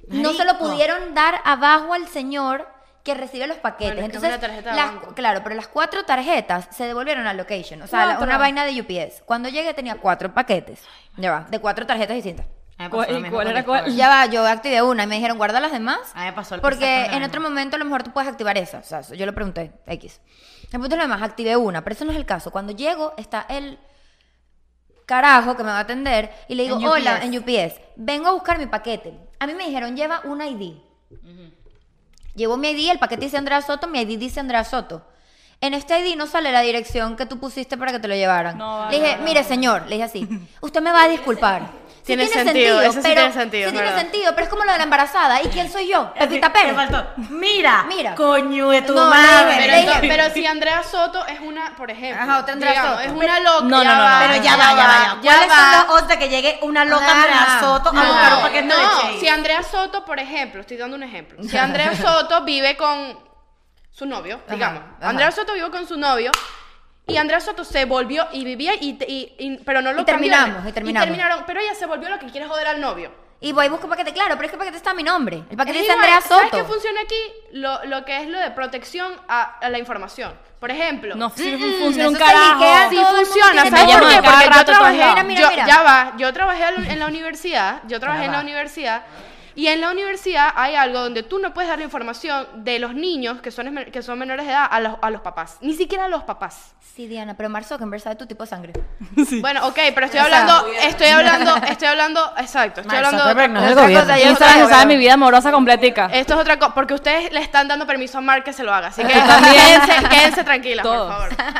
[SPEAKER 4] No se lo
[SPEAKER 1] Marico.
[SPEAKER 4] pudieron dar abajo al señor que recibe los paquetes.
[SPEAKER 2] Bueno, es que es
[SPEAKER 4] Entonces,
[SPEAKER 2] una tarjeta de
[SPEAKER 4] las-
[SPEAKER 2] banco.
[SPEAKER 4] claro, pero las cuatro tarjetas se devolvieron a location. O sea, la- una
[SPEAKER 3] Cuatro.
[SPEAKER 4] vaina de UPS. Cuando llegué tenía cuatro paquetes. Ya va, de cuatro tarjetas distintas.
[SPEAKER 1] A mí me pasó lo
[SPEAKER 3] ¿Y
[SPEAKER 1] mismo
[SPEAKER 3] cuál
[SPEAKER 1] con
[SPEAKER 3] era
[SPEAKER 1] Discover.
[SPEAKER 3] cuál?
[SPEAKER 4] Ya va, yo activé una y me dijeron, guarda las demás.
[SPEAKER 1] A mí me pasó el-
[SPEAKER 4] Porque
[SPEAKER 1] exactamente
[SPEAKER 4] en
[SPEAKER 1] lo
[SPEAKER 4] otro
[SPEAKER 1] mismo.
[SPEAKER 4] momento a lo mejor tú puedes activar esa. O sea, yo le pregunté, X. El punto es lo demás, activé una, pero eso no es el caso. Cuando llego está el carajo que me va a atender y le digo,
[SPEAKER 1] En
[SPEAKER 4] hola,
[SPEAKER 1] UPS.
[SPEAKER 4] en UPS, vengo a buscar mi paquete. A mí me dijeron, lleva un ID. Llevo mi ID, el paquete dice Andrea Soto, mi ID dice Andrea Soto. En este ID no sale la dirección que tú pusiste para que te lo llevaran.
[SPEAKER 3] No,
[SPEAKER 4] le
[SPEAKER 3] no,
[SPEAKER 4] dije,
[SPEAKER 3] no.
[SPEAKER 4] mire señor, le dije así, usted me va a disculpar. Sí
[SPEAKER 2] Tiene sentido, eso sí
[SPEAKER 4] pero,
[SPEAKER 2] tiene sentido,
[SPEAKER 4] sí
[SPEAKER 2] es
[SPEAKER 4] tiene
[SPEAKER 2] verdad.
[SPEAKER 4] sentido, pero es como lo de la embarazada. ¿Y quién soy yo? Pepita
[SPEAKER 1] Te
[SPEAKER 4] Pérez.
[SPEAKER 1] faltó. Mira,
[SPEAKER 4] Mira.
[SPEAKER 1] Coño de tu
[SPEAKER 4] No,
[SPEAKER 1] madre.
[SPEAKER 4] le
[SPEAKER 2] Pero,
[SPEAKER 4] dije-
[SPEAKER 2] ento- pero si Andrea Soto es una, por ejemplo,
[SPEAKER 4] Ajá, otra Andrea
[SPEAKER 2] digamos,
[SPEAKER 4] Soto.
[SPEAKER 2] es una loca,
[SPEAKER 3] No,
[SPEAKER 2] ya
[SPEAKER 3] no, no,
[SPEAKER 2] va,
[SPEAKER 3] no.
[SPEAKER 1] Pero ya va, ya va, ya.
[SPEAKER 4] Ya
[SPEAKER 1] ¿Cuáles
[SPEAKER 4] va.
[SPEAKER 1] son las odds de que llegue una loca
[SPEAKER 4] Nada.
[SPEAKER 1] Andrea Soto a
[SPEAKER 4] No,
[SPEAKER 1] buscar un paquete de
[SPEAKER 2] no,
[SPEAKER 1] Chase?
[SPEAKER 2] si Andrea Soto, por ejemplo, estoy dando un ejemplo. Si Andrea Soto vive con su novio,
[SPEAKER 4] Ajá,
[SPEAKER 2] digamos.
[SPEAKER 4] ajá.
[SPEAKER 2] Andrea Soto vive con su novio y Andrea Soto se volvió y vivía y, te- y- y- pero no lo
[SPEAKER 4] Y terminamos,
[SPEAKER 2] cambiaron.
[SPEAKER 4] y terminamos.
[SPEAKER 2] terminaron, pero ella se volvió lo que quiere joder al novio.
[SPEAKER 4] Y voy y busco paquete, claro, pero es que el paquete está mi nombre. El paquete
[SPEAKER 2] Es
[SPEAKER 4] dice
[SPEAKER 2] igual,
[SPEAKER 4] Andrea
[SPEAKER 2] ¿Sabes qué
[SPEAKER 4] Soto.
[SPEAKER 2] funciona aquí? Lo, lo que es lo de protección a, a la información. Por ejemplo,
[SPEAKER 3] No sí,
[SPEAKER 4] Mm,
[SPEAKER 3] funciona un
[SPEAKER 4] eso se liquea
[SPEAKER 3] carajo.
[SPEAKER 2] Sí
[SPEAKER 4] Todo el mundo
[SPEAKER 2] funciona,
[SPEAKER 4] tiene
[SPEAKER 2] ¿sabes
[SPEAKER 3] que
[SPEAKER 2] por
[SPEAKER 3] llamar
[SPEAKER 2] qué?
[SPEAKER 3] cada
[SPEAKER 2] Porque yo
[SPEAKER 3] rato a todos
[SPEAKER 2] trabajé,
[SPEAKER 3] lados.
[SPEAKER 4] Mira, mira,
[SPEAKER 2] yo-
[SPEAKER 4] mira.
[SPEAKER 2] ya va, yo trabajé en la- en la universidad, yo trabajé en la
[SPEAKER 4] va.
[SPEAKER 2] universidad y en la universidad hay algo donde tú no puedes dar la información de los niños que son, que son menores de edad a los, a los papás, ni siquiera a los papás.
[SPEAKER 4] Sí, Diana, pero Mark Zuckerberg sabe tu tipo de sangre.
[SPEAKER 2] Bueno, ok, pero estoy
[SPEAKER 4] O sea,
[SPEAKER 2] hablando, estoy hablando, estoy hablando, exacto, estoy
[SPEAKER 1] Mark
[SPEAKER 2] hablando de
[SPEAKER 1] Zuckerberg no
[SPEAKER 2] otra cosa.
[SPEAKER 1] es el
[SPEAKER 4] otra
[SPEAKER 1] gobierno.
[SPEAKER 4] cosa, yo-
[SPEAKER 3] Instagram se
[SPEAKER 4] otra-
[SPEAKER 3] sabe mi vida amorosa completica.
[SPEAKER 2] Esto es otra cosa, porque ustedes le están dando permiso a Mark que se lo haga, así que
[SPEAKER 3] Tú también.
[SPEAKER 2] quédense, quédense tranquilas,
[SPEAKER 3] Todos.
[SPEAKER 2] por favor.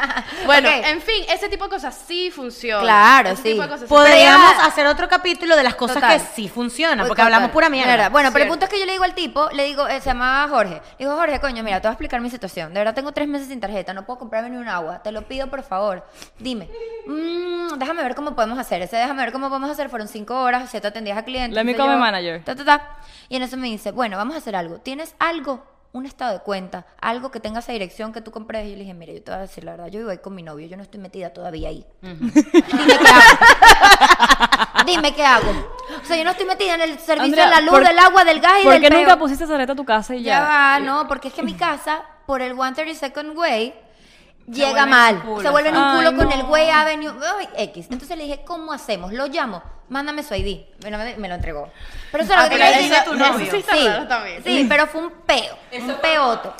[SPEAKER 2] Bueno,
[SPEAKER 4] Ok.
[SPEAKER 2] en fin, ese tipo de cosas sí funcionan.
[SPEAKER 4] Claro,
[SPEAKER 2] Ese
[SPEAKER 4] sí.
[SPEAKER 2] tipo de cosas
[SPEAKER 4] Pod-
[SPEAKER 1] Podríamos
[SPEAKER 4] Pero ya-
[SPEAKER 1] hacer otro capítulo de las cosas
[SPEAKER 4] Total.
[SPEAKER 1] que sí funcionan, porque
[SPEAKER 4] Total.
[SPEAKER 1] hablamos pura mierda.
[SPEAKER 4] Bueno, pero el
[SPEAKER 2] Cierto.
[SPEAKER 4] punto es que yo le digo al tipo, le digo, eh, se llamaba Jorge. Le digo, Jorge, coño, mira, te voy a explicar mi situación. De verdad tengo tres meses sin tarjeta, no puedo comprarme ni un agua. Te lo pido, por favor. Dime. Mm, déjame ver cómo podemos hacer. Ese déjame ver cómo podemos hacer. Fueron cinco horas, siete atendías a clientes.
[SPEAKER 3] Let me
[SPEAKER 4] qué sé
[SPEAKER 3] call my
[SPEAKER 4] yo.
[SPEAKER 3] manager.
[SPEAKER 4] Ta, ta, ta. Y en eso me dice, bueno, vamos a hacer algo. ¿Tienes algo? Un estado de cuenta, algo que tenga esa dirección que tú compres. Y yo le dije, mire, yo te voy a decir la verdad, yo vivo ahí con mi novio, yo no estoy metida todavía ahí. Dime qué hago. Dime qué hago. O sea, yo no estoy metida en el servicio
[SPEAKER 3] Andrea,
[SPEAKER 4] de la luz,
[SPEAKER 3] ¿por-
[SPEAKER 4] del agua, del gas y
[SPEAKER 3] ¿Por
[SPEAKER 4] del
[SPEAKER 3] qué nunca
[SPEAKER 4] peo.
[SPEAKER 3] pusiste esa a tu casa y
[SPEAKER 4] Ya
[SPEAKER 3] ya?
[SPEAKER 4] va, no, porque es que mi casa, por el 132nd Way, llega
[SPEAKER 1] vuelve un
[SPEAKER 4] mal.
[SPEAKER 1] culo,
[SPEAKER 4] se vuelve en un
[SPEAKER 3] ¿sabes?
[SPEAKER 4] culo
[SPEAKER 3] Ay,
[SPEAKER 4] con
[SPEAKER 3] no.
[SPEAKER 4] el Way Avenue ay, X. Entonces le dije, ¿cómo hacemos? Lo llamo, mándame su ID. Me lo, me lo entregó. Pero eso es lo que
[SPEAKER 1] Ah, pero
[SPEAKER 4] quería
[SPEAKER 1] ahí
[SPEAKER 4] decir.
[SPEAKER 1] dice tu novio.
[SPEAKER 2] Eso sí está
[SPEAKER 4] sí,
[SPEAKER 2] raro también.
[SPEAKER 4] sí, pero fue un peo, un peoto.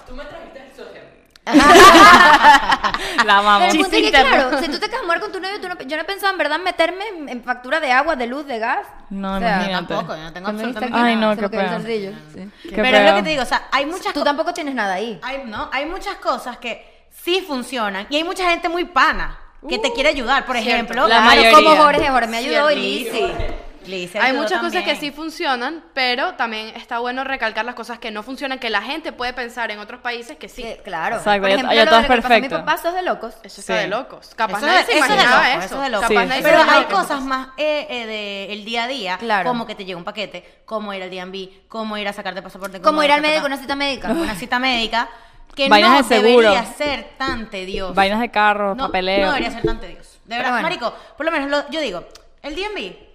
[SPEAKER 3] La amamos.
[SPEAKER 4] Pero el punto es que,
[SPEAKER 2] Chisita,
[SPEAKER 4] claro, si tú te quedas muerto con tu novio, tú no- yo no pensaba en verdad meterme en, en factura de agua, de luz, de gas.
[SPEAKER 3] No,
[SPEAKER 1] Yo
[SPEAKER 3] imagínate.
[SPEAKER 1] tampoco, yo no tengo
[SPEAKER 4] también está
[SPEAKER 1] absolutamente
[SPEAKER 4] aquí.
[SPEAKER 3] Ay,
[SPEAKER 1] nada.
[SPEAKER 3] no,
[SPEAKER 4] Se lo
[SPEAKER 3] qué
[SPEAKER 4] quedó el
[SPEAKER 3] peo.
[SPEAKER 4] zarcillo, sí.
[SPEAKER 3] Qué
[SPEAKER 1] Pero es lo
[SPEAKER 3] feo.
[SPEAKER 1] que te digo, o sea, hay muchas
[SPEAKER 4] Tú
[SPEAKER 1] co-
[SPEAKER 4] tampoco tienes nada ahí.
[SPEAKER 1] Hay, no, hay muchas cosas que sí funcionan y hay mucha gente muy pana que te quiere ayudar, por
[SPEAKER 2] Uh, cierto.
[SPEAKER 1] ejemplo.
[SPEAKER 3] La
[SPEAKER 1] claro,
[SPEAKER 3] mayoría.
[SPEAKER 1] como
[SPEAKER 4] Como Jorge, Jorge me ayudó y Lizzy.
[SPEAKER 1] Lizzy
[SPEAKER 2] Hay
[SPEAKER 1] ayudó
[SPEAKER 2] muchas cosas que
[SPEAKER 1] también.
[SPEAKER 2] sí funcionan, pero también está bueno recalcar las cosas que no funcionan, que la gente puede pensar en otros países que sí.
[SPEAKER 4] Sí, claro.
[SPEAKER 3] Exacto,
[SPEAKER 4] Por
[SPEAKER 3] ya-
[SPEAKER 4] ejemplo,
[SPEAKER 3] ya
[SPEAKER 4] lo
[SPEAKER 3] todo
[SPEAKER 4] de
[SPEAKER 3] es
[SPEAKER 4] lo que pasó a mi
[SPEAKER 3] perfecto.
[SPEAKER 4] papá, sos de locos.
[SPEAKER 2] Eso está
[SPEAKER 3] Sí.
[SPEAKER 2] de locos. Capaz
[SPEAKER 1] Eso
[SPEAKER 2] nadie
[SPEAKER 1] es-
[SPEAKER 2] se
[SPEAKER 1] eso es de
[SPEAKER 2] imaginaba
[SPEAKER 1] loco,
[SPEAKER 2] eso.
[SPEAKER 1] eso es de loco.
[SPEAKER 2] Capaz
[SPEAKER 3] Sí.
[SPEAKER 2] nadie se
[SPEAKER 1] Pero
[SPEAKER 2] imaginaba
[SPEAKER 1] hay
[SPEAKER 2] que-
[SPEAKER 1] cosas más eh, eh, de el día a día,
[SPEAKER 4] Claro.
[SPEAKER 1] como que te llega un paquete, como ir al D&B, como ir a sacarte pasaporte,
[SPEAKER 4] Como ir al médico,
[SPEAKER 1] una
[SPEAKER 4] una cita médica.
[SPEAKER 1] una cita médica, que
[SPEAKER 3] Vainas
[SPEAKER 1] no
[SPEAKER 3] de seguro.
[SPEAKER 1] debería ser tan tedioso.
[SPEAKER 3] Vainas de carro,
[SPEAKER 1] no,
[SPEAKER 3] papeleo.
[SPEAKER 1] No debería ser tan tedioso. De verdad,
[SPEAKER 4] bueno.
[SPEAKER 1] marico, por lo menos lo- yo digo, el D&B,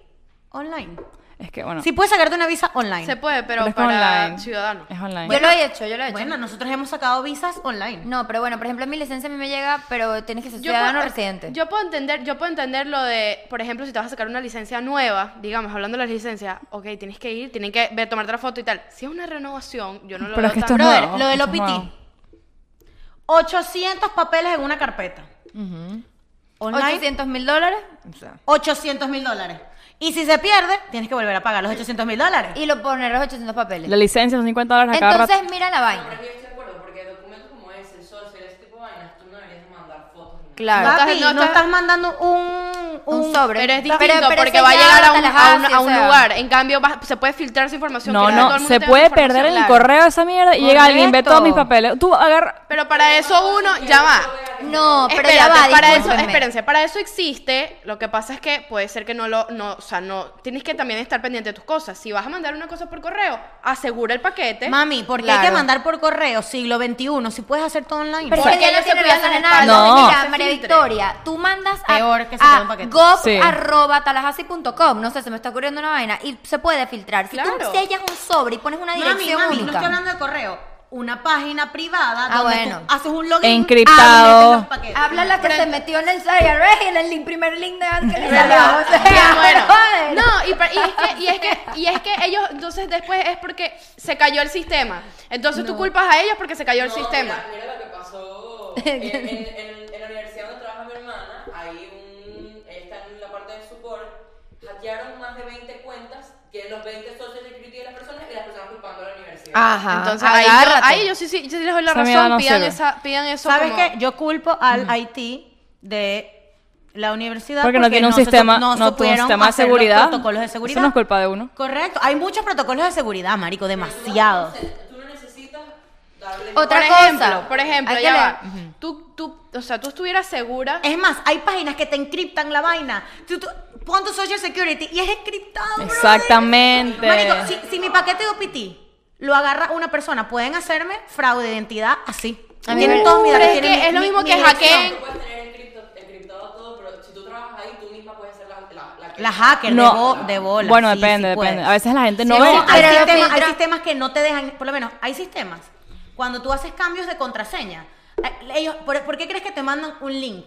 [SPEAKER 1] online.
[SPEAKER 3] Es que, bueno,
[SPEAKER 1] Si puedes sacarte una visa online.
[SPEAKER 2] Se puede, pero,
[SPEAKER 3] pero es
[SPEAKER 2] para
[SPEAKER 3] online.
[SPEAKER 2] ciudadanos.
[SPEAKER 3] Es online.
[SPEAKER 4] Yo lo he hecho, yo lo he hecho.
[SPEAKER 1] Bueno, nosotros hemos sacado visas online.
[SPEAKER 4] No, pero bueno, por ejemplo, mi licencia a mí me llega, pero tienes que ser ciudadano
[SPEAKER 2] puedo,
[SPEAKER 4] residente.
[SPEAKER 2] Yo puedo entender, yo puedo entender lo de, por ejemplo, si te vas a sacar una licencia nueva, digamos, hablando de las licencias, ok, tienes que ir, tienen que ver, tomarte la foto y tal. Si es una renovación, yo no lo
[SPEAKER 3] Pero es
[SPEAKER 2] veo
[SPEAKER 3] que
[SPEAKER 2] tan-
[SPEAKER 3] esto es
[SPEAKER 1] Brother,
[SPEAKER 3] nuevo,
[SPEAKER 1] lo del
[SPEAKER 3] esto es
[SPEAKER 1] OPT.
[SPEAKER 3] nuevo.
[SPEAKER 1] 800 papeles en una carpeta. Online,
[SPEAKER 4] 800 mil dólares. o sea,
[SPEAKER 1] 800 mil dólares. Y si se pierde, tienes que volver a pagar los 800 mil dólares.
[SPEAKER 4] Y lo poner los 800 papeles.
[SPEAKER 3] La licencia, los 50 dólares a cada rato.
[SPEAKER 4] Entonces, mira la vaina.
[SPEAKER 5] Pero yo estoy de acuerdo, porque documentos como ese, el social, ese tipo de vainas, tú no deberías mandar fotos ni nada.
[SPEAKER 4] Claro.
[SPEAKER 2] No
[SPEAKER 1] Papi,
[SPEAKER 2] estás- no
[SPEAKER 1] no
[SPEAKER 2] estás-
[SPEAKER 1] estás mandando un,
[SPEAKER 4] Un sobre.
[SPEAKER 2] Pero es
[SPEAKER 4] Pero-
[SPEAKER 2] distinto
[SPEAKER 4] pero
[SPEAKER 2] porque
[SPEAKER 4] ese
[SPEAKER 2] va a
[SPEAKER 4] ya
[SPEAKER 2] llegar a
[SPEAKER 4] te
[SPEAKER 2] un, a
[SPEAKER 4] las
[SPEAKER 2] un-
[SPEAKER 4] hace,
[SPEAKER 2] a
[SPEAKER 4] o
[SPEAKER 2] un
[SPEAKER 4] sea.
[SPEAKER 2] lugar. En cambio, va- se puede filtrar esa información.
[SPEAKER 3] No,
[SPEAKER 2] que todo
[SPEAKER 3] no,
[SPEAKER 2] el mundo
[SPEAKER 3] se
[SPEAKER 2] tenga
[SPEAKER 3] puede
[SPEAKER 2] esa
[SPEAKER 3] perder en el
[SPEAKER 2] información.
[SPEAKER 3] correo esa mierda y llega alguien, ve
[SPEAKER 4] Correcto.
[SPEAKER 3] todos mis papeles. Tú agarra.
[SPEAKER 2] Pero para eso uno ya va.
[SPEAKER 4] No, pero
[SPEAKER 2] Espérate,
[SPEAKER 4] ya va,
[SPEAKER 2] para eso,
[SPEAKER 4] discúlpenme.
[SPEAKER 2] espérense, para eso existe. Lo que pasa es que puede ser que no lo, no, o sea, no, tienes que también estar pendiente de tus cosas. Si vas a mandar una cosa por correo, asegura el paquete.
[SPEAKER 1] Mami, porque hay
[SPEAKER 4] Claro.
[SPEAKER 1] que mandar por correo siglo XXI si puedes hacer todo online?
[SPEAKER 4] Pero
[SPEAKER 2] Porque
[SPEAKER 4] es que ya
[SPEAKER 2] ellos
[SPEAKER 4] no tiene
[SPEAKER 2] se cuidan
[SPEAKER 4] razón
[SPEAKER 2] en
[SPEAKER 4] en
[SPEAKER 2] el
[SPEAKER 4] nada.
[SPEAKER 3] país.
[SPEAKER 4] Entonces,
[SPEAKER 3] No.
[SPEAKER 4] Mira,
[SPEAKER 2] Se
[SPEAKER 4] María
[SPEAKER 2] filtre.
[SPEAKER 4] Victoria, tú mandas a,
[SPEAKER 1] Peor que se quede
[SPEAKER 4] a
[SPEAKER 1] un paquete.
[SPEAKER 4] gov
[SPEAKER 3] Sí.
[SPEAKER 4] arroba tallahassee.com, No sé, se me está ocurriendo una vaina. Y se puede filtrar. Si tú
[SPEAKER 2] Claro.
[SPEAKER 4] sellas un sobre y pones una
[SPEAKER 1] mami,
[SPEAKER 4] dirección
[SPEAKER 1] mami, no
[SPEAKER 4] única.
[SPEAKER 1] estoy hablando de correo. Una página privada
[SPEAKER 4] Ah,
[SPEAKER 1] donde
[SPEAKER 4] bueno.
[SPEAKER 1] tú haces un login.
[SPEAKER 3] Encriptado.
[SPEAKER 1] abres los paquetes.
[SPEAKER 4] Habla la que se metió en el IRS, en el link- primer link de antes que le salió.
[SPEAKER 2] ¿Verdad?
[SPEAKER 4] O sea,
[SPEAKER 2] Me muero.
[SPEAKER 4] joder.
[SPEAKER 2] No, y, pa- y es que, y, es que, y es que ellos, entonces después es porque se cayó el sistema. Entonces tú culpas a ellos porque se cayó el
[SPEAKER 5] No,
[SPEAKER 2] sistema.
[SPEAKER 5] Mira, mira lo que pasó en, en- en- en la universidad donde trabaja mi hermana, hay un, ella está en la parte de su el social security de las personas y las personas culpando a la universidad.
[SPEAKER 2] Ah,
[SPEAKER 4] Ajá.
[SPEAKER 2] Entonces, ahí yo,
[SPEAKER 4] agárrate.
[SPEAKER 2] ahí yo sí, sí, yo sí les doy la
[SPEAKER 3] Esa mierda
[SPEAKER 2] razón,
[SPEAKER 3] no
[SPEAKER 2] pidan,
[SPEAKER 3] sirve.
[SPEAKER 2] esa, pidan eso
[SPEAKER 1] ¿Sabes
[SPEAKER 2] como-
[SPEAKER 1] qué? Yo culpo al Haití de la universidad
[SPEAKER 3] Porque no tiene un
[SPEAKER 1] se
[SPEAKER 3] sistema,
[SPEAKER 1] sup-
[SPEAKER 3] no, tuvo un
[SPEAKER 1] supieron
[SPEAKER 3] sistema de
[SPEAKER 1] hacer los
[SPEAKER 3] seguridad.
[SPEAKER 1] protocolos de seguridad.
[SPEAKER 3] Eso no es culpa de uno.
[SPEAKER 1] Correcto, hay muchos protocolos de seguridad, marico, demasiado.
[SPEAKER 5] Tú no necesitas darle
[SPEAKER 4] Otra
[SPEAKER 2] por
[SPEAKER 4] cosa.
[SPEAKER 2] ejemplo, por ejemplo,
[SPEAKER 4] Hay que
[SPEAKER 2] ya va.
[SPEAKER 4] leer.
[SPEAKER 2] Tú, tú, o sea, tú estuvieras segura.
[SPEAKER 1] Es más, hay páginas que te encriptan la vaina. Tú, tú- pon tu social security y es encriptado. brother.
[SPEAKER 3] Exactamente.
[SPEAKER 1] Marico, si, si mi paquete de OPT lo agarra una persona, pueden hacerme fraude de identidad así.
[SPEAKER 4] A mí
[SPEAKER 1] Tienen
[SPEAKER 4] me-
[SPEAKER 1] todos mis
[SPEAKER 2] Pero
[SPEAKER 1] datos,
[SPEAKER 2] es
[SPEAKER 1] tienen
[SPEAKER 2] que es lo
[SPEAKER 1] mi-
[SPEAKER 2] mismo
[SPEAKER 1] mi
[SPEAKER 2] que
[SPEAKER 1] dirección.
[SPEAKER 2] hackeen.
[SPEAKER 5] Tú puedes tener encripto- encriptado todo, pero si tú trabajas ahí, tú misma puedes ser la, la, la que-
[SPEAKER 1] La hacker de, bo- de bola.
[SPEAKER 3] Bueno,
[SPEAKER 1] sí,
[SPEAKER 3] depende,
[SPEAKER 1] sí puede.
[SPEAKER 3] depende. A veces la gente
[SPEAKER 4] Sí,
[SPEAKER 3] no
[SPEAKER 4] es
[SPEAKER 3] ve.
[SPEAKER 4] como-
[SPEAKER 1] hay,
[SPEAKER 4] Pero la
[SPEAKER 1] sistemas, hay
[SPEAKER 4] filtra-
[SPEAKER 1] sistemas que no te dejan, por lo menos, hay sistemas. Cuando tú haces cambios de contraseña, eh, ellos, ¿por, por qué crees que te mandan un link?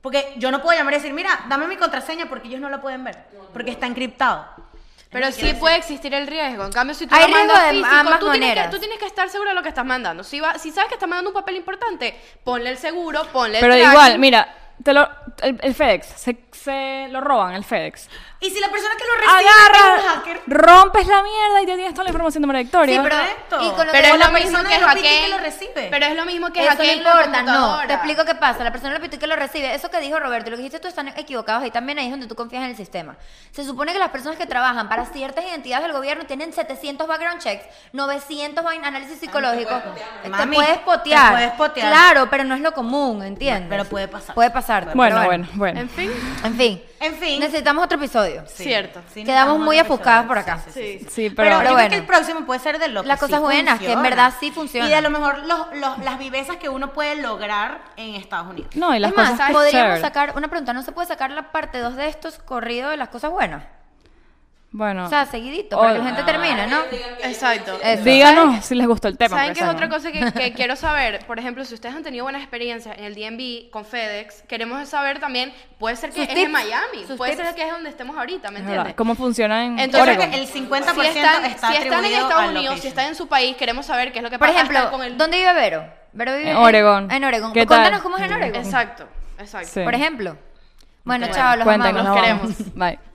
[SPEAKER 1] Porque yo no puedo llamar y decir, mira, dame mi contraseña porque ellos no la pueden ver, porque está encriptado.
[SPEAKER 2] Pero sí puede existir el riesgo. En cambio, si tú
[SPEAKER 4] Hay
[SPEAKER 2] lo mandas
[SPEAKER 4] riesgo de
[SPEAKER 2] físico,
[SPEAKER 4] ambas
[SPEAKER 2] tú, tienes que,
[SPEAKER 4] maneras.
[SPEAKER 2] tú tienes que estar seguro de lo que estás mandando. Si, va, si sabes que estás mandando un papel importante, ponle el seguro, ponle el
[SPEAKER 3] Pero
[SPEAKER 2] tracking.
[SPEAKER 3] igual, mira, te lo, el, el FedEx, se, se lo roban el FedEx.
[SPEAKER 1] Y si la persona que lo recibe es un
[SPEAKER 3] Agarras,
[SPEAKER 1] hacker,
[SPEAKER 3] rompes la mierda y ya tienes toda la información de manera
[SPEAKER 4] Sí,
[SPEAKER 3] Victoria.
[SPEAKER 4] pero,
[SPEAKER 1] Correcto.
[SPEAKER 4] y con lo
[SPEAKER 2] Pero
[SPEAKER 4] que
[SPEAKER 2] es
[SPEAKER 1] la
[SPEAKER 2] lo mismo
[SPEAKER 1] persona
[SPEAKER 2] que
[SPEAKER 1] de la OPT que
[SPEAKER 2] hackeen.
[SPEAKER 1] lo recibe.
[SPEAKER 2] Pero es lo mismo que
[SPEAKER 4] Eso no
[SPEAKER 2] hackeen por
[SPEAKER 4] importa, no.
[SPEAKER 2] computadora.
[SPEAKER 4] Te explico qué pasa. La persona, la que lo recibe, eso que dijo Roberto y lo que dijiste tú están equivocados y también ahí es donde tú confías en el sistema. Se supone que las personas que trabajan para ciertas identidades del gobierno tienen 700 background checks, 900 vain- análisis psicológicos. Te
[SPEAKER 1] Mami,
[SPEAKER 4] puedes
[SPEAKER 1] te
[SPEAKER 4] potear.
[SPEAKER 1] puedes potear.
[SPEAKER 4] Claro, pero no es lo común, ¿entiendes?
[SPEAKER 1] Pero puede pasar.
[SPEAKER 4] Puede pasar.
[SPEAKER 3] bueno, bueno, bueno.
[SPEAKER 2] En fin,
[SPEAKER 4] En fin.
[SPEAKER 1] En fin.
[SPEAKER 4] Necesitamos otro episodio.
[SPEAKER 1] Sí,
[SPEAKER 2] Cierto.
[SPEAKER 1] sí,
[SPEAKER 4] Quedamos
[SPEAKER 1] necesitamos
[SPEAKER 4] muy
[SPEAKER 1] una persona.
[SPEAKER 4] ofuscadas por acá.
[SPEAKER 2] sí.
[SPEAKER 3] Sí,
[SPEAKER 1] Pero,
[SPEAKER 3] pero,
[SPEAKER 1] yo creo
[SPEAKER 4] bueno.
[SPEAKER 1] que el próximo puede ser de lo que
[SPEAKER 4] Las cosas
[SPEAKER 1] sí
[SPEAKER 4] buenas, que en
[SPEAKER 1] funciona.
[SPEAKER 4] verdad sí funcionan.
[SPEAKER 1] Y de lo mejor los- los- las vivezas que uno puede lograr en Estados Unidos.
[SPEAKER 3] no, y las
[SPEAKER 4] es más,
[SPEAKER 3] cosas que
[SPEAKER 4] podríamos
[SPEAKER 3] ser.
[SPEAKER 4] sacar una pregunta. ¿No se puede sacar la parte 2 de estos corrido de las cosas buenas?
[SPEAKER 3] Bueno,
[SPEAKER 4] O sea, seguidito, para que la
[SPEAKER 3] Oh.
[SPEAKER 1] Ah,
[SPEAKER 4] gente termine, ¿no?
[SPEAKER 2] Exacto.
[SPEAKER 4] Eso.
[SPEAKER 3] díganos si les gustó el tema.
[SPEAKER 2] ¿Saben
[SPEAKER 3] pues,
[SPEAKER 2] qué es
[SPEAKER 3] ¿no?
[SPEAKER 2] otra cosa que, que quiero saber? Por ejemplo, si ustedes han tenido buenas experiencias en el DMV con FedEx, queremos saber también, puede ser que
[SPEAKER 4] Sus
[SPEAKER 2] es
[SPEAKER 4] tips,
[SPEAKER 2] en Miami,
[SPEAKER 4] sus
[SPEAKER 2] puede
[SPEAKER 4] tips.
[SPEAKER 2] ser que es donde estemos ahorita, ¿me
[SPEAKER 3] Es verdad.
[SPEAKER 2] entiendes?
[SPEAKER 3] ¿Cómo funciona en
[SPEAKER 1] Yo
[SPEAKER 2] Entonces,
[SPEAKER 1] creo
[SPEAKER 3] Oregon?
[SPEAKER 1] que el 50%
[SPEAKER 2] si están,
[SPEAKER 1] está
[SPEAKER 2] si están en
[SPEAKER 1] atribuido
[SPEAKER 2] Estados
[SPEAKER 1] al
[SPEAKER 2] Unidos, si
[SPEAKER 1] location.
[SPEAKER 2] están en su país, queremos saber qué es lo que
[SPEAKER 4] Por
[SPEAKER 2] pasa
[SPEAKER 4] ejemplo,
[SPEAKER 2] hasta con el...
[SPEAKER 4] ¿dónde vive Vero? Vero vive
[SPEAKER 3] En Oregón.
[SPEAKER 4] En Oregón.
[SPEAKER 3] ¿Qué
[SPEAKER 4] Cuéntanos
[SPEAKER 3] tal?
[SPEAKER 4] cómo es en Oregon.
[SPEAKER 2] Exacto, exacto.
[SPEAKER 3] Sí.
[SPEAKER 4] Por ejemplo. Bueno,
[SPEAKER 2] Bueno,
[SPEAKER 4] chao, los
[SPEAKER 3] Cuéntenos,
[SPEAKER 4] amamos.
[SPEAKER 3] nos vamos. Bye.